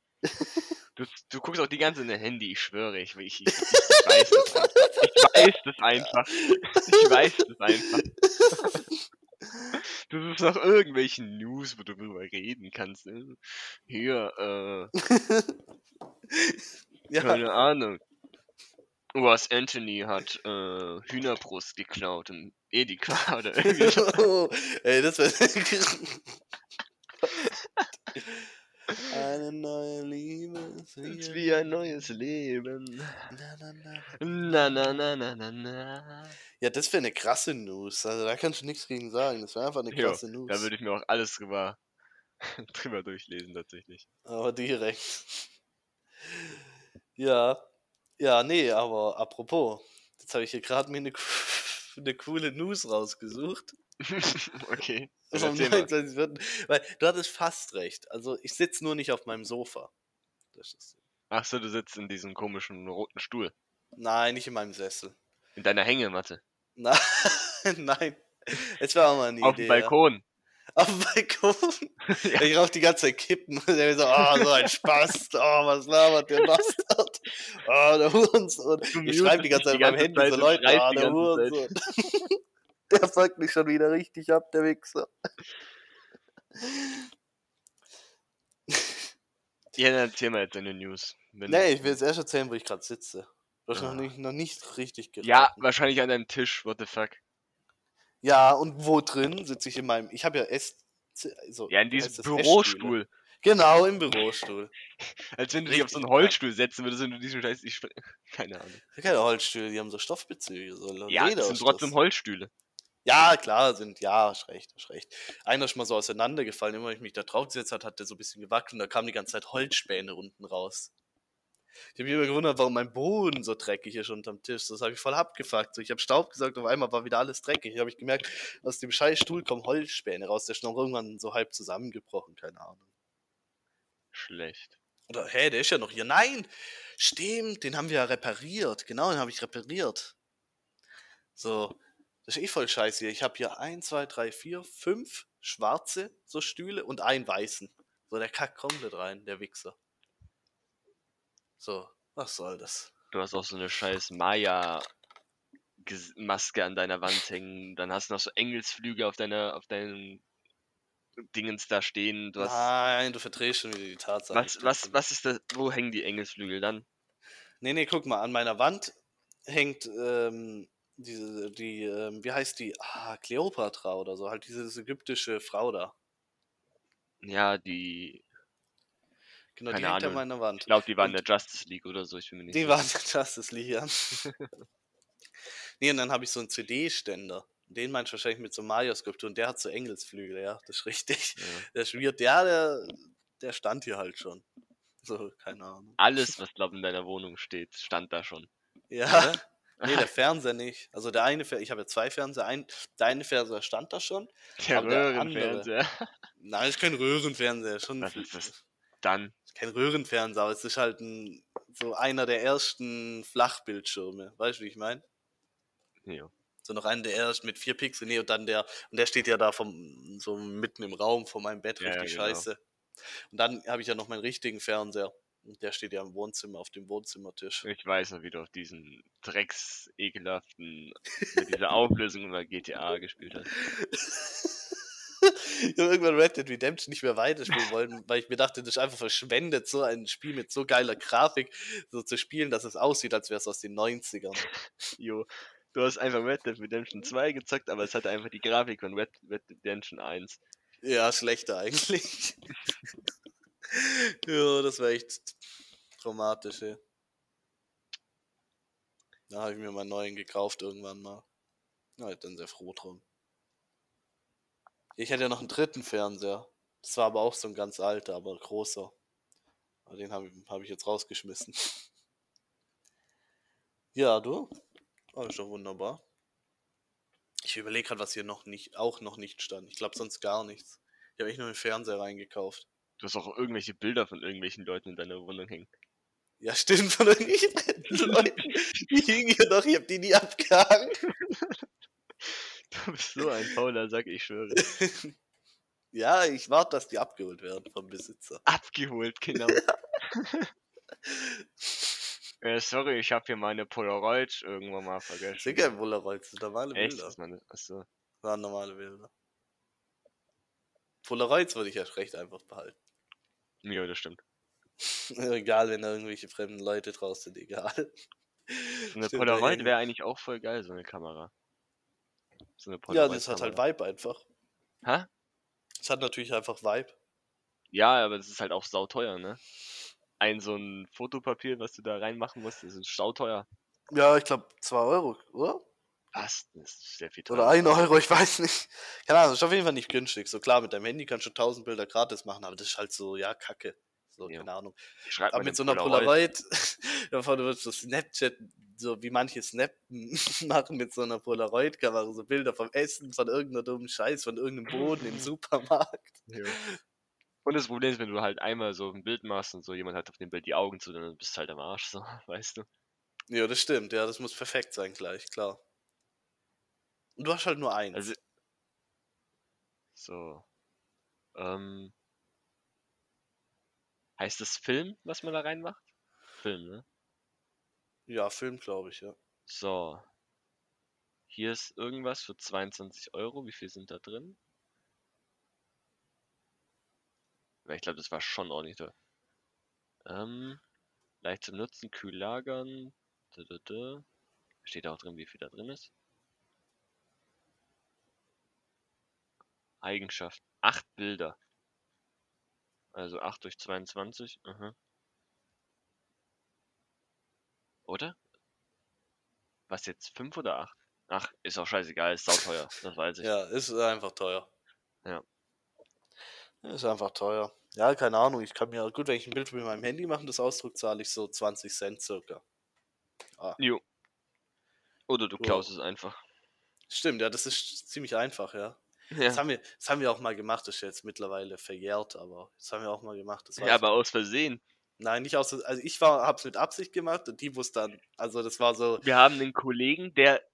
Speaker 2: Du, du guckst auch die ganze Zeit in dein Handy, ich schwöre, ich, ich, ich, ich weiß das einfach. Ich weiß das einfach. Ich weiß das einfach. Du suchst nach irgendwelchen News, wo du drüber reden kannst. ne? Hier, äh,
Speaker 1: ja,
Speaker 2: keine Ahnung. Was Anthony hat äh, Hühnerbrust geklaut eh im Edeka oder irgendwie. so.
Speaker 1: oh, ey, das wäre. Eine neue Liebe
Speaker 2: Es ist wie ein neues Leben.
Speaker 1: Na, na, na.
Speaker 2: Na, na, na, na, na, na.
Speaker 1: Ja, das wäre eine krasse News. Also da kannst du nichts gegen sagen. Das wäre einfach eine
Speaker 2: Jo,
Speaker 1: krasse News.
Speaker 2: Da würde ich mir auch alles drüber, drüber durchlesen, tatsächlich.
Speaker 1: Aber direkt. Ja. Ja, nee, aber apropos. Jetzt habe ich hier gerade mir eine, co- eine coole News rausgesucht.
Speaker 2: okay. dann
Speaker 1: Vom
Speaker 2: erzähl mal.
Speaker 1: 29.04.. Weil du hattest fast recht. Also ich sitze nur nicht auf meinem Sofa. Das ist,
Speaker 2: Ach so, du sitzt in diesem komischen roten Stuhl.
Speaker 1: nein, nicht in meinem Sessel.
Speaker 2: In deiner Hängematte.
Speaker 1: Nein, nein. Es war auch mal eine
Speaker 2: Auf
Speaker 1: Idee.
Speaker 2: dem Balkon.
Speaker 1: Ja. Auf dem Balkon.
Speaker 2: Ja.
Speaker 1: Ich rauche die ganze Zeit Kippen. Und der so, oh, so ein Spast. Oh, was labert der Bastard? Oh, der Hurensohn.
Speaker 2: Du
Speaker 1: Ich
Speaker 2: mutest
Speaker 1: schreibe die ganze
Speaker 2: dich
Speaker 1: Zeit auf meinem Handy
Speaker 2: Zeit
Speaker 1: so
Speaker 2: und
Speaker 1: Leute,
Speaker 2: schreist
Speaker 1: ah,
Speaker 2: die
Speaker 1: der
Speaker 2: ganze
Speaker 1: Hurensohn. Der fuckt mich schon wieder richtig ab, der Wichser.
Speaker 2: Zeit. Ja, dann erzähl mal jetzt deine News. Wenn
Speaker 1: Nee,
Speaker 2: du-
Speaker 1: ich will jetzt erst erzählen, wo ich gerade sitze. Du hast
Speaker 2: Ah.
Speaker 1: noch, nicht, noch nicht richtig geraten.
Speaker 2: Ja, wahrscheinlich an deinem Tisch, what the fuck.
Speaker 1: Ja, und wo drin sitze ich in meinem. Ich habe ja Ess. So,
Speaker 2: Ja, in
Speaker 1: wie heißt
Speaker 2: diesem
Speaker 1: das? Essstühle.
Speaker 2: Bürostuhl.
Speaker 1: Genau, im Bürostuhl.
Speaker 2: Als wenn du dich auf so einen
Speaker 1: Richtig, ja.
Speaker 2: Holzstuhl setzen würdest und du diesen Scheiß. Ich spre- Keine Ahnung.
Speaker 1: Keine Holzstühle, die haben so Stoffbezüge. So
Speaker 2: Ja, das sind
Speaker 1: Lederausschluss.
Speaker 2: trotzdem Holzstühle.
Speaker 1: Ja, klar, sind, ja, ist recht, ist recht. Einer ist mal so auseinandergefallen, immer wenn ich mich da drauf gesetzt hat, hat der so ein bisschen gewackelt und da kamen die ganze Zeit Holzspäne unten raus. Ich habe mich immer gewundert, warum mein Boden so dreckig ist unterm Tisch. Das habe ich voll abgefuckt. So, ich habe Staub gesagt, auf einmal war wieder alles dreckig. Da habe ich gemerkt, aus dem scheiß Stuhl kommen Holzspäne raus. Der ist noch irgendwann so halb zusammengebrochen, keine Ahnung.
Speaker 2: Schlecht.
Speaker 1: Oder, hä, der ist ja noch hier. Nein, stimmt, den haben wir ja repariert. Genau, den habe ich repariert. So, das ist eh voll scheiße hier. Ich habe hier 1, 2, 3, 4, 5 schwarze so Stühle und einen weißen. So, der kackt komplett rein, der Wichser. So, was soll das?
Speaker 2: Du hast auch so eine scheiß Maya-Maske an deiner Wand hängen. Dann hast du noch so Engelsflüge auf deiner, auf deinen Dingens da stehen. Du hast.
Speaker 1: Nein, du verdrehst schon wieder die Tatsache.
Speaker 2: Was, was, was ist das? Wo hängen die Engelsflügel dann?
Speaker 1: Nee, nee, guck mal, an meiner Wand hängt ähm, diese, die, ähm, wie heißt die? Ah, Kleopatra oder so, halt diese ägyptische Frau da.
Speaker 2: Ja, die.
Speaker 1: Genau,
Speaker 2: Keine
Speaker 1: die hängt an
Speaker 2: Ahnung.
Speaker 1: meiner Wand.
Speaker 2: Ich glaube, die waren in
Speaker 1: Und-
Speaker 2: der Justice League oder so. Ich bin mir nicht
Speaker 1: Die
Speaker 2: sicher.
Speaker 1: waren Justice League, ja. nee, und dann habe ich so einen CD-Ständer. Den meinst du wahrscheinlich mit so Mario-Skulptur und der hat so Engelsflügel, ja, das ist richtig.
Speaker 2: Ja.
Speaker 1: Der ist weird. Ja, der, der stand hier halt schon. So, keine Ahnung.
Speaker 2: Alles, was glaube in deiner Wohnung steht, stand da schon.
Speaker 1: Ja. Nee, der Fernseher nicht. Also der eine Fernseher, ich habe ja zwei Fernseher. Ein, der eine Fernseher stand da schon.
Speaker 2: Der
Speaker 1: Aber der andere-
Speaker 2: Röhrenfernseher.
Speaker 1: Nein, ist kein Röhrenfernseher. Schon
Speaker 2: Was ist das? Dann.
Speaker 1: kein Röhrenfernseher, aber es ist halt ein, so einer der ersten Flachbildschirme. Weißt du, wie ich meine?
Speaker 2: Ja.
Speaker 1: So noch einen, der erst mit vier Pixel, nee, und dann der, und der steht ja da vom, so mitten im Raum vor meinem Bett,
Speaker 2: Ja, ja,
Speaker 1: richtig
Speaker 2: genau.
Speaker 1: scheiße. Und dann habe ich ja noch meinen richtigen Fernseher. Und der steht ja im Wohnzimmer, auf dem Wohnzimmertisch.
Speaker 2: Ich weiß noch, wie du auf diesen drecks ekelhaften, mit dieser Auflösung über GTA gespielt hast.
Speaker 1: ich habe irgendwann Red Dead Redemption nicht mehr weiterspielen wollen, weil ich mir dachte, das ist einfach verschwendet, so ein Spiel mit so geiler Grafik so zu spielen, dass es aussieht, als wäre es aus den 90ern.
Speaker 2: Jo. Du hast einfach Red Dead Redemption 2 gezockt, aber es hatte einfach die Grafik von Red Red Dead Redemption 1.
Speaker 1: Ja, schlechter eigentlich. ja, das war echt traumatisch, ey. Da habe ich mir mal einen neuen gekauft irgendwann mal. Ja, ich bin sehr froh drum. Ich hatte ja noch einen dritten Fernseher. Das war aber auch so ein ganz alter, aber großer. Aber den habe ich, hab ich jetzt rausgeschmissen. ja, du? Oh, ist doch wunderbar. Ich überlege gerade, was hier noch nicht, auch noch nicht stand. Ich glaube sonst gar nichts. Ich habe echt nur den Fernseher reingekauft.
Speaker 2: Du hast auch irgendwelche Bilder von irgendwelchen Leuten in deiner Wohnung hängen.
Speaker 1: Ja, stimmt, von irgendwelchen Leuten. Die hingen ja noch, ich habe die nie abgehangen.
Speaker 2: Du bist so ein fauler Sack, ich schwöre.
Speaker 1: Ja, ich warte, dass die abgeholt werden vom Besitzer.
Speaker 2: Abgeholt, genau. äh, sorry, ich habe hier meine Polaroid irgendwann mal
Speaker 1: Das
Speaker 2: vergessen.
Speaker 1: sind keine Polaroids, das sind normale
Speaker 2: Echt?
Speaker 1: Bilder.
Speaker 2: Das ist meine... Achso.
Speaker 1: Das waren normale Bilder. Polaroids würde ich ja recht einfach behalten.
Speaker 2: Ja, das stimmt.
Speaker 1: egal, wenn da irgendwelche fremden Leute draus sind, egal.
Speaker 2: So eine
Speaker 1: Stimmt, da
Speaker 2: Polaroid
Speaker 1: hängen-
Speaker 2: wäre eigentlich auch voll geil, so eine Kamera. So eine
Speaker 1: Ja, das hat halt
Speaker 2: Polaroid-Kamera.
Speaker 1: Vibe einfach.
Speaker 2: Hä?
Speaker 1: Das hat natürlich einfach Vibe.
Speaker 2: Ja, aber das ist halt auch sauteuer, ne? Ein so ein Fotopapier, was du da reinmachen musst, das ist stauteuer.
Speaker 1: Ja, ich glaube 2 Euro, oder?
Speaker 2: Was? Das ist sehr viel
Speaker 1: Oder 1 Euro, ich weiß nicht. Keine Ahnung, ist auf jeden Fall nicht günstig. So klar, mit deinem Handy kannst du 1000 Bilder gratis machen, aber das ist halt so, ja, kacke. So,
Speaker 2: Ja.
Speaker 1: keine Ahnung.
Speaker 2: Schreibt
Speaker 1: Aber mit so einer Polaroid, davon wird so Snapchat, so wie manche Snap machen mit so einer Polaroid-Kamera, so Bilder vom Essen, von irgendeiner dummen Scheiß, von irgendeinem Boden im Supermarkt.
Speaker 2: Und das Problem ist, wenn du halt einmal so ein Bild machst und so jemand hat auf dem Bild die Augen zu, dann bist du halt am Arsch, so, weißt du?
Speaker 1: Ja, das stimmt, ja, das muss perfekt sein gleich, klar. Und du hast halt nur eins.
Speaker 2: Also- So. Ähm. Heißt das Film, was man da reinmacht? Film, ne?
Speaker 1: ja, Film, glaube ich, ja.
Speaker 2: So. Hier ist irgendwas für 22 Euro. Wie viel sind da drin? Ja, Ich glaube, das war schon ordentlich teuer. Ähm, leicht zum Nutzen, kühl lagern. Da, da, da. Steht auch drin, wie viel da drin ist. Eigenschaften. Acht Bilder. Also 8 durch 22. aha. Oder? Was jetzt? 5 oder 8? Ach, ist auch scheißegal, ist sauteuer. Das weiß ich.
Speaker 1: Ja, ist einfach teuer.
Speaker 2: Ja.
Speaker 1: Ist einfach teuer. Ja, keine Ahnung. Ich kann mir, gut, wenn ich ein Bild mit meinem Handy mache, das Ausdruck zahle ich so 20 Cent circa.
Speaker 2: Jo. Oder du
Speaker 1: Ja.
Speaker 2: klaust es einfach.
Speaker 1: Stimmt, ja, das ist ziemlich einfach, ja.
Speaker 2: Ja.
Speaker 1: Das, haben wir, das haben wir auch mal gemacht, das ist jetzt mittlerweile verjährt, aber das haben wir auch mal gemacht. Das war
Speaker 2: ja, aber aus Versehen.
Speaker 1: nein, nicht aus, also ich war, hab's mit Absicht gemacht und die wusste dann, also das war so,
Speaker 2: Wir haben einen Kollegen, der,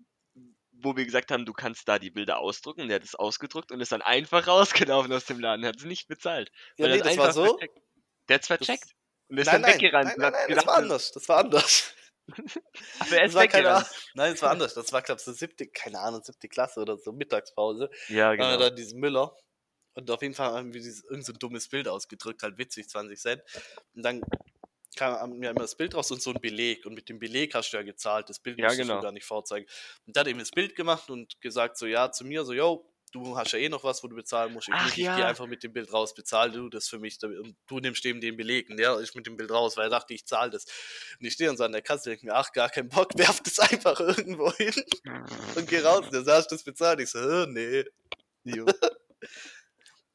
Speaker 2: wo wir gesagt haben, du kannst da die Bilder ausdrucken, der hat es ausgedruckt und ist dann einfach rausgelaufen aus dem Laden, hat es nicht bezahlt.
Speaker 1: ja,
Speaker 2: weil er
Speaker 1: nee,
Speaker 2: es
Speaker 1: das war
Speaker 2: einfach
Speaker 1: so.
Speaker 2: vercheckt. Der hat's vercheckt. Und ist
Speaker 1: Nein,
Speaker 2: dann
Speaker 1: nein,
Speaker 2: weggerannt.
Speaker 1: nein,
Speaker 2: und
Speaker 1: nein,
Speaker 2: hat
Speaker 1: nein, das
Speaker 2: gedacht,
Speaker 1: war anders, das war anders.
Speaker 2: Aber er
Speaker 1: Das war
Speaker 2: ist
Speaker 1: keine,
Speaker 2: weggerannt.
Speaker 1: Ahnung- nein, es war anders. Das war, glaube ich, so siebte, keine Ahnung, siebte Klasse oder so, Mittagspause. Da
Speaker 2: Ja,
Speaker 1: haben
Speaker 2: genau.
Speaker 1: wir dann diesen Müller. Und auf jeden Fall haben wir dieses, irgend so ein dummes Bild ausgedrückt, halt witzig, 20 Cent. Und dann kam haben wir immer das Bild raus und so ein Beleg. Und mit dem Beleg hast du ja gezahlt. Das Bild
Speaker 2: Ja,
Speaker 1: musstest
Speaker 2: genau.
Speaker 1: du gar nicht vorzeigen. Und dann eben das Bild gemacht und gesagt, so ja, zu mir, so, yo, du hast ja eh noch was, wo du bezahlen musst. Ich,
Speaker 2: Ach
Speaker 1: nicht, ich
Speaker 2: ja.
Speaker 1: gehe einfach mit dem Bild raus, bezahl du das für mich. damit- Und du nimmst eben den Beleg. Und der ist mit dem Bild raus, weil er dachte, ich zahle das. Und ich stehe dann so an der Kasse, denke mir, ach, gar keinen Bock, werf das einfach irgendwo hin und geh raus. Der sagt, das bezahlt. Ich so, "Äh, nee.
Speaker 2: Jo.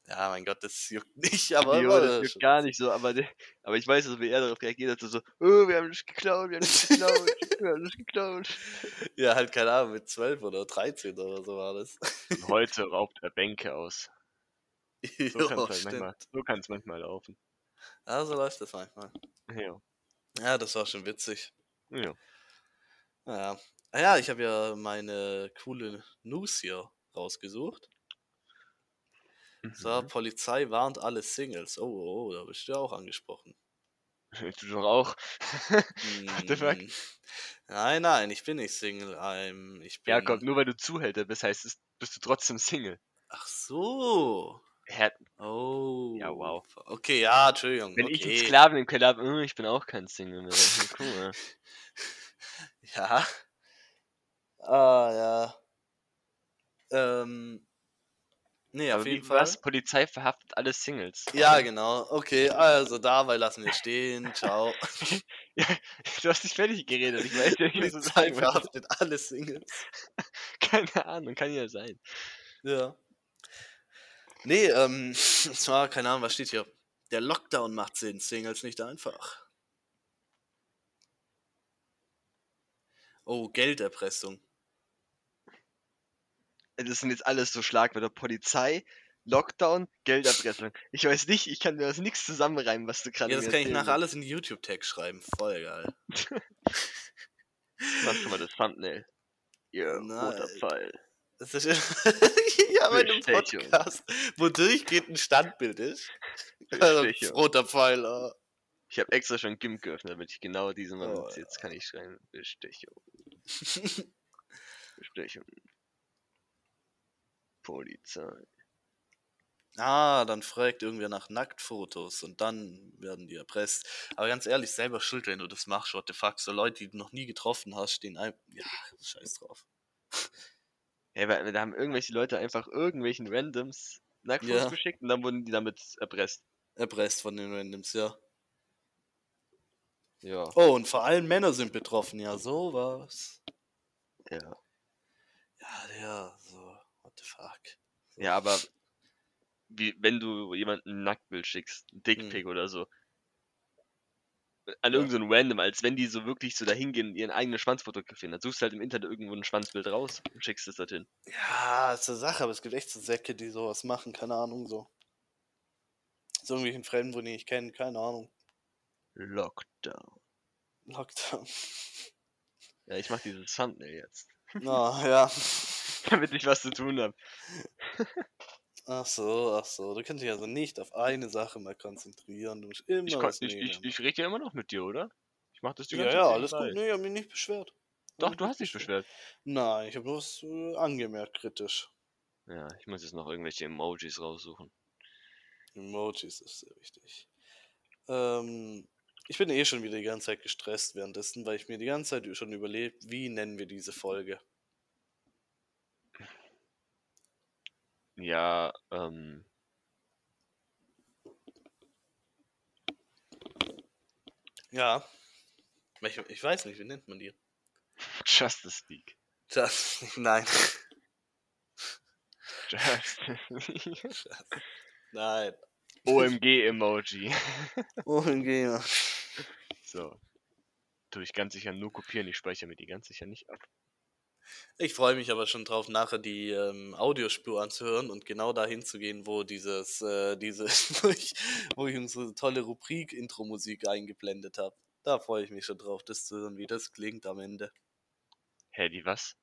Speaker 1: Ja, mein Gott, das juckt nicht, aber
Speaker 2: Jo,
Speaker 1: war
Speaker 2: das juckt
Speaker 1: schon-
Speaker 2: gar nicht so, aber, der, aber ich weiß, dass wie er darauf reagiert hat, so, so, oh, wir haben dich geklaut, wir haben dich geklaut, wir haben dich geklaut.
Speaker 1: Ja, halt keine Ahnung, mit 12 oder 13 oder so war das.
Speaker 2: Und heute raubt er Bänke aus. So
Speaker 1: Jo,
Speaker 2: kann es halt
Speaker 1: stimmt.
Speaker 2: manchmal, so kann's manchmal laufen.
Speaker 1: Ja, so läuft das manchmal.
Speaker 2: Ja.
Speaker 1: Ja, das war schon witzig.
Speaker 2: ja.
Speaker 1: Ja, Ah ja ich habe ja meine coole News hier rausgesucht. So,
Speaker 2: Mhm.
Speaker 1: Polizei warnt alle Singles. Oh, oh, oh, da bist du ja auch angesprochen.
Speaker 2: Äh, Du doch auch. What the fuck?
Speaker 1: Mm. Nein, nein, ich bin nicht Single. I'm, ich bin...
Speaker 2: Ja, Gott, nur weil du Zuhälter bist, heißt es, bist du trotzdem Single.
Speaker 1: Ach so.
Speaker 2: Herr,
Speaker 1: Oh.
Speaker 2: Ja, wow.
Speaker 1: Okay, ja, Entschuldigung.
Speaker 2: wenn
Speaker 1: okay.
Speaker 2: ich einen Sklaven im Keller habe, ich bin auch kein Single mehr. Guck mal.
Speaker 1: Ja. Ah, ja. Ähm. Nee, auf
Speaker 2: Aber wie-
Speaker 1: jeden Fall.
Speaker 2: Was? Polizei verhaftet alle Singles.
Speaker 1: Ja, genau. Okay, also dabei lassen wir stehen. Ciao.
Speaker 2: Du hast dich fertig geredet. Ich weiß nicht, was du
Speaker 1: Polizei
Speaker 2: sagen wolltest.
Speaker 1: verhaftet alle Singles.
Speaker 2: Keine Ahnung, kann ja sein.
Speaker 1: Ja. Nee, ähm, und zwar, keine Ahnung, was steht hier? Der Lockdown macht Sinn, Singles nicht einfach. Oh, Gelderpressung.
Speaker 2: Das sind jetzt alles so Schlagwörter. Polizei, Lockdown, Gelderpressung. Ich weiß nicht, ich kann mir das nichts zusammenreimen, was du gerade
Speaker 1: Ja, das
Speaker 2: mir
Speaker 1: kann ich
Speaker 2: erzählen
Speaker 1: nachher alles in die YouTube-Tag schreiben. Voll geil.
Speaker 2: willst. Mach schon mal das Thumbnail. Ja, roter
Speaker 1: Nein.
Speaker 2: Pfeil.
Speaker 1: Das ist ja bei einem
Speaker 2: Bestechung.
Speaker 1: Podcast, wo durchgehend ein Standbild ist. Äh,
Speaker 2: Bestechung.
Speaker 1: Roter Pfeiler.
Speaker 2: Ich habe extra schon GIMP geöffnet, damit ich genau diesen Mann
Speaker 1: Oh,
Speaker 2: jetzt, jetzt kann ich schreiben. Bestechung, Bestechung. Polizei.
Speaker 1: ah, dann fragt irgendwer nach Nacktfotos und dann werden die erpresst. Aber ganz ehrlich, selber schuld, wenn du das machst, what the fuck. So Leute, die du noch nie getroffen hast, stehen ein. Ja, scheiß drauf.
Speaker 2: Hey, weil, da haben irgendwelche Leute einfach irgendwelchen Randoms Nacktfotos
Speaker 1: Ja.
Speaker 2: geschickt und dann wurden die damit erpresst.
Speaker 1: erpresst von den Randoms, ja.
Speaker 2: Ja.
Speaker 1: Oh, und vor allem Männer sind betroffen, ja, sowas.
Speaker 2: Ja.
Speaker 1: Ja, ja, so, what the fuck.
Speaker 2: Ja, aber wie, wenn du jemanden ein Nacktbild schickst, ein Dickpick oder so, an
Speaker 1: Hm. Ja.
Speaker 2: irgendeinen Random, als wenn die so wirklich so dahin gehen und ihren eigenen Schwanz fotografieren, dann suchst du halt im Internet irgendwo ein Schwanzbild raus und schickst es dorthin.
Speaker 1: Ja, ist eine Sache, aber es gibt echt so Säcke, die sowas machen, keine Ahnung, so. So irgendwelchen Fremden, wo die nicht kennen, keine Ahnung.
Speaker 2: Lockdown.
Speaker 1: Lockdown.
Speaker 2: Ja, ich mach dieses Thumbnail jetzt,
Speaker 1: Na, ja.
Speaker 2: damit ich was zu tun habe.
Speaker 1: Ach so, ach so. Du kannst dich also nicht auf eine Sache mal konzentrieren. Du musst immer
Speaker 2: Ich, kon-
Speaker 1: was
Speaker 2: ich,
Speaker 1: Näheres
Speaker 2: ich, ich rede ja immer noch mit dir, oder? Ich mach das die
Speaker 1: Ja,
Speaker 2: ganze
Speaker 1: ja,
Speaker 2: Zeit
Speaker 1: alles
Speaker 2: bei.
Speaker 1: gut. Nee, ich hab mich nicht beschwert.
Speaker 2: Doch,
Speaker 1: Hab
Speaker 2: du
Speaker 1: mich
Speaker 2: hast dich
Speaker 1: nicht
Speaker 2: beschwert.
Speaker 1: Nein, ich habe nur was äh, angemerkt, kritisch.
Speaker 2: Ja, ich muss jetzt noch irgendwelche Emojis raussuchen.
Speaker 1: Emojis ist sehr wichtig. Ähm, ich bin eh schon wieder die ganze Zeit gestresst währenddessen, weil ich mir die ganze Zeit schon überlegt, wie nennen wir diese Folge?
Speaker 2: Ja, ähm.
Speaker 1: Ja. Ich, ich weiß nicht, wie nennt man die?
Speaker 2: Justice League.
Speaker 1: Das, nein.
Speaker 2: Justice League.
Speaker 1: Nein.
Speaker 2: OMG-Emoji.
Speaker 1: OMG, ja.
Speaker 2: So. Tue ich ganz sicher nur kopieren, ich speichere mir die ganz sicher nicht ab.
Speaker 1: Ich freue mich aber schon drauf, nachher die ähm, Audiospur anzuhören und genau dahin zu gehen, wo dieses, äh, diese, wo ich, wo ich unsere tolle Rubrik Intro-Musik eingeblendet habe. Da freue ich mich schon drauf, das zu hören, wie das klingt am Ende.
Speaker 2: Hä, die was?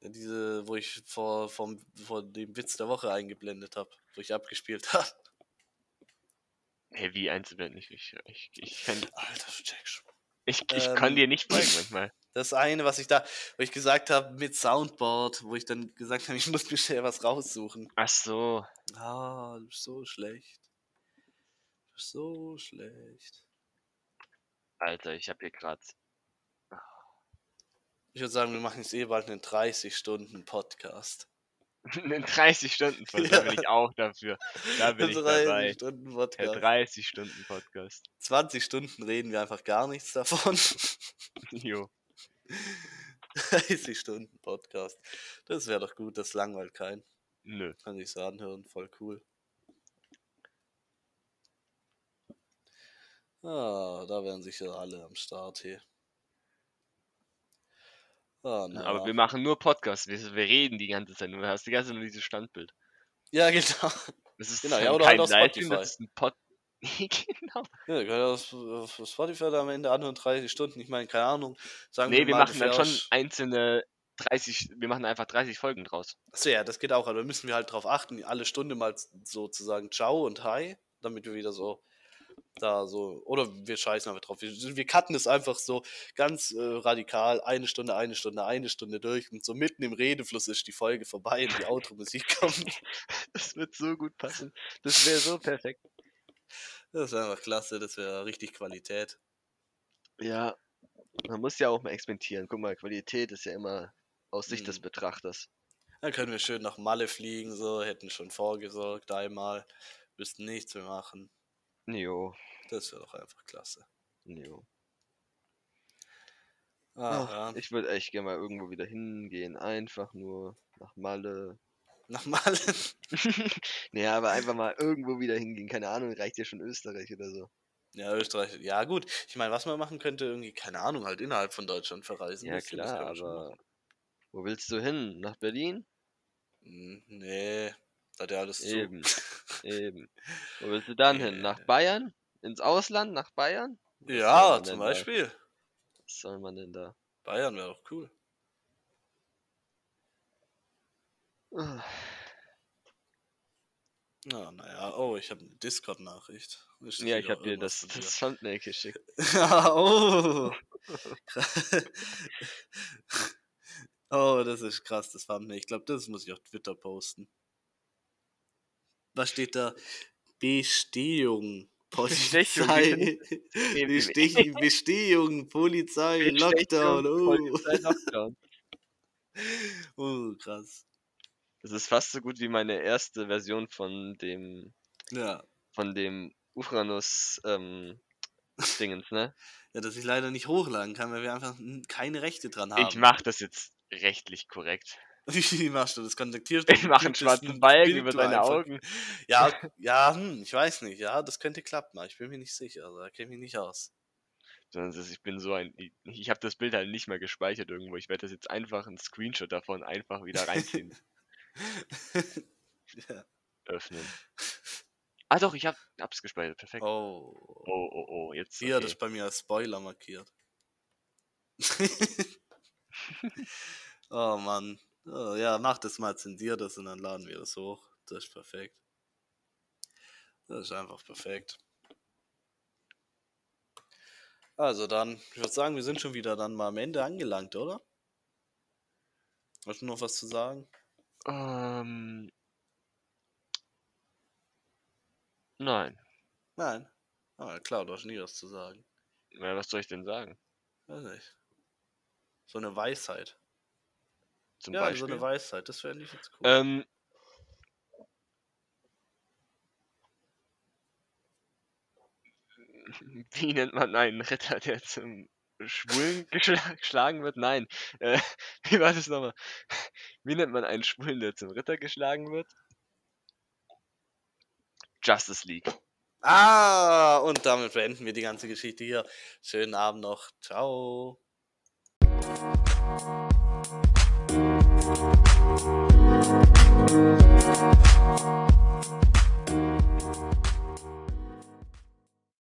Speaker 1: Diese, wo ich vor, vom, vor dem Witz der Woche eingeblendet habe, wo ich abgespielt habe.
Speaker 2: Hä, wie einzublenden? Ich, ich, ich, ich kann,
Speaker 1: Alter, du checkst schon.
Speaker 2: ich, ich kann
Speaker 1: Ähm.
Speaker 2: dir nicht folgen manchmal.
Speaker 1: Das eine, was ich da, wo ich gesagt habe, mit Soundboard, wo ich dann gesagt habe, ich muss mir schnell was raussuchen.
Speaker 2: Ach so.
Speaker 1: Ah, du bist so schlecht. Du bist so schlecht.
Speaker 2: Alter, ich hab hier gerade.
Speaker 1: Ich würde sagen, wir machen jetzt eh bald einen 30-Stunden-Podcast.
Speaker 2: einen 30-Stunden-Folge. Da bin ich auch dafür. Da bin Also ich dabei. Der
Speaker 1: 30-Stunden-Podcast.
Speaker 2: 30-Stunden-Podcast.
Speaker 1: 20 Stunden reden wir einfach gar nichts davon.
Speaker 2: Jo.
Speaker 1: 30-Stunden-Podcast. Das wäre doch gut, das langweilt keinen.
Speaker 2: Nö.
Speaker 1: Kann sich so anhören, voll cool. Ah, da wären sicher alle am Start hier. Ah, na
Speaker 2: Aber
Speaker 1: ja.
Speaker 2: wir machen nur Podcasts. Wir, wir reden die ganze Zeit. Du hast die ganze Zeit nur dieses Standbild.
Speaker 1: Ja, genau.
Speaker 2: Das ist
Speaker 1: Genau, ja,
Speaker 2: kein
Speaker 1: oder halt auf
Speaker 2: Livestream,
Speaker 1: Spotify.
Speaker 2: Das ist ein Pod genau.
Speaker 1: Ja, ihr könnt auf, auf Spotify da am Ende anhören, 30 Stunden. Ich meine, keine Ahnung. Sagen
Speaker 2: Nee, wir
Speaker 1: mal,
Speaker 2: machen dann
Speaker 1: dafür
Speaker 2: schon
Speaker 1: aus-
Speaker 2: einzelne 30, wir machen einfach 30 Folgen draus.
Speaker 1: Achso, ja, das geht auch, aber da müssen wir halt drauf achten, alle Stunde mal sozusagen Ciao und Hi, damit wir wieder so da so. Oder wir scheißen einfach drauf. Wir, wir cutten es einfach so ganz äh, radikal, eine Stunde, eine Stunde, eine Stunde durch und so mitten im Redefluss ist die Folge vorbei und die Outro-Musik kommt.
Speaker 2: Das wird so gut passen. Das wäre so perfekt.
Speaker 1: Das wäre einfach klasse, das wäre richtig Qualität.
Speaker 2: Ja, man muss ja auch mal experimentieren. Guck mal, Qualität ist ja immer aus Sicht des
Speaker 1: Hm.
Speaker 2: Betrachters.
Speaker 1: Dann können wir schön nach Malle fliegen, so, hätten schon vorgesorgt einmal, müssten nichts mehr machen.
Speaker 2: Jo,
Speaker 1: Das wäre doch einfach klasse.
Speaker 2: jo.
Speaker 1: Ah, ja.
Speaker 2: Ich würde echt gerne mal irgendwo wieder hingehen. Einfach nur nach Malle.
Speaker 1: Nach Malle.
Speaker 2: Naja, aber einfach mal irgendwo wieder hingehen. Keine Ahnung, reicht ja schon Österreich oder so.
Speaker 1: Ja, Österreich. Ja, gut. Ich meine, was man machen könnte, irgendwie, keine Ahnung, halt innerhalb von Deutschland verreisen.
Speaker 2: Ja,
Speaker 1: bisschen, das
Speaker 2: klar,
Speaker 1: kann man schon
Speaker 2: aber
Speaker 1: machen.
Speaker 2: wo willst du hin? Nach Berlin?
Speaker 1: Hm, Nee, da hat ja alles zu.
Speaker 2: Eben. Eben. Wo willst du dann hin? Nach Bayern? Ins Ausland? Nach Bayern? Was soll
Speaker 1: Ja, zum
Speaker 2: man denn da?
Speaker 1: Beispiel.
Speaker 2: Was soll man denn da?
Speaker 1: Bayern wäre doch cool.
Speaker 2: Ah,
Speaker 1: Ja, naja, oh, ich habe eine Discord-Nachricht. Ist das
Speaker 2: Ja, ich
Speaker 1: wieder
Speaker 2: hab dir
Speaker 1: irgendwas
Speaker 2: das,
Speaker 1: von dir?
Speaker 2: das Thumbnail geschickt.
Speaker 1: Ja, oh. Krass. oh, das ist krass, das Thumbnail. Ich glaube, das muss ich auf Twitter posten. Was steht da? Bestehung. Polizei.
Speaker 2: Bestechung.
Speaker 1: Bestech Bestehung, Polizei, Lockdown. Oh.
Speaker 2: Polizei, Lockdown.
Speaker 1: oh, krass.
Speaker 2: Das ist fast so gut wie meine erste Version von dem,
Speaker 1: Ja,
Speaker 2: von dem Uranus ähm, Dingens, ne?
Speaker 1: Ja, dass ich leider nicht hochladen kann, weil wir einfach n- keine Rechte dran
Speaker 2: Ich
Speaker 1: haben.
Speaker 2: mach das jetzt rechtlich korrekt.
Speaker 1: Wie machst du das? Kontaktierst du?
Speaker 2: Ich mache einen
Speaker 1: klickst
Speaker 2: schwarzen
Speaker 1: ein
Speaker 2: Balken
Speaker 1: Bild
Speaker 2: über
Speaker 1: du
Speaker 2: seine
Speaker 1: einfach.
Speaker 2: Augen.
Speaker 1: Ja, ja, hm, ich weiß nicht. Ja, das könnte klappen, aber ich bin mir nicht sicher. Also, da kenne ich mich nicht aus.
Speaker 2: Sondern das- ich bin so ein. Ich, ich habe das Bild halt nicht mehr gespeichert irgendwo. Ich werde das jetzt einfach einen Screenshot davon einfach wieder reinziehen.
Speaker 1: ja.
Speaker 2: öffnen. Ah doch, ich hab, hab's gespeichert. Perfekt. Oh,
Speaker 1: Oh.
Speaker 2: oh, oh, jetzt.
Speaker 1: Hier hat
Speaker 2: Okay.
Speaker 1: es bei mir als Spoiler markiert. oh Mann. Oh, ja, mach das mal, zensier das und dann laden wir das hoch. Das ist perfekt. Das ist einfach perfekt. Also dann, ich würde sagen, wir sind schon wieder dann mal am Ende angelangt, oder? Hast du noch was zu sagen?
Speaker 2: Ähm, nein.
Speaker 1: Nein. Ah, klar, du hast nie was zu sagen.
Speaker 2: Ja, was soll ich denn sagen?
Speaker 1: Weiß nicht. So eine Weisheit.
Speaker 2: Zum
Speaker 1: ja,
Speaker 2: Beispiel.
Speaker 1: so eine Weisheit, das wäre nicht jetzt cool.
Speaker 2: ähm, wie nennt man einen Ritter, der zum Schwulen geschla- geschlagen wird? Nein. Äh, wie war das nochmal? Wie nennt man einen Schwulen, der zum Ritter geschlagen wird? Justice League.
Speaker 1: Ah, und damit beenden wir die ganze Geschichte hier. Schönen Abend noch. Ciao.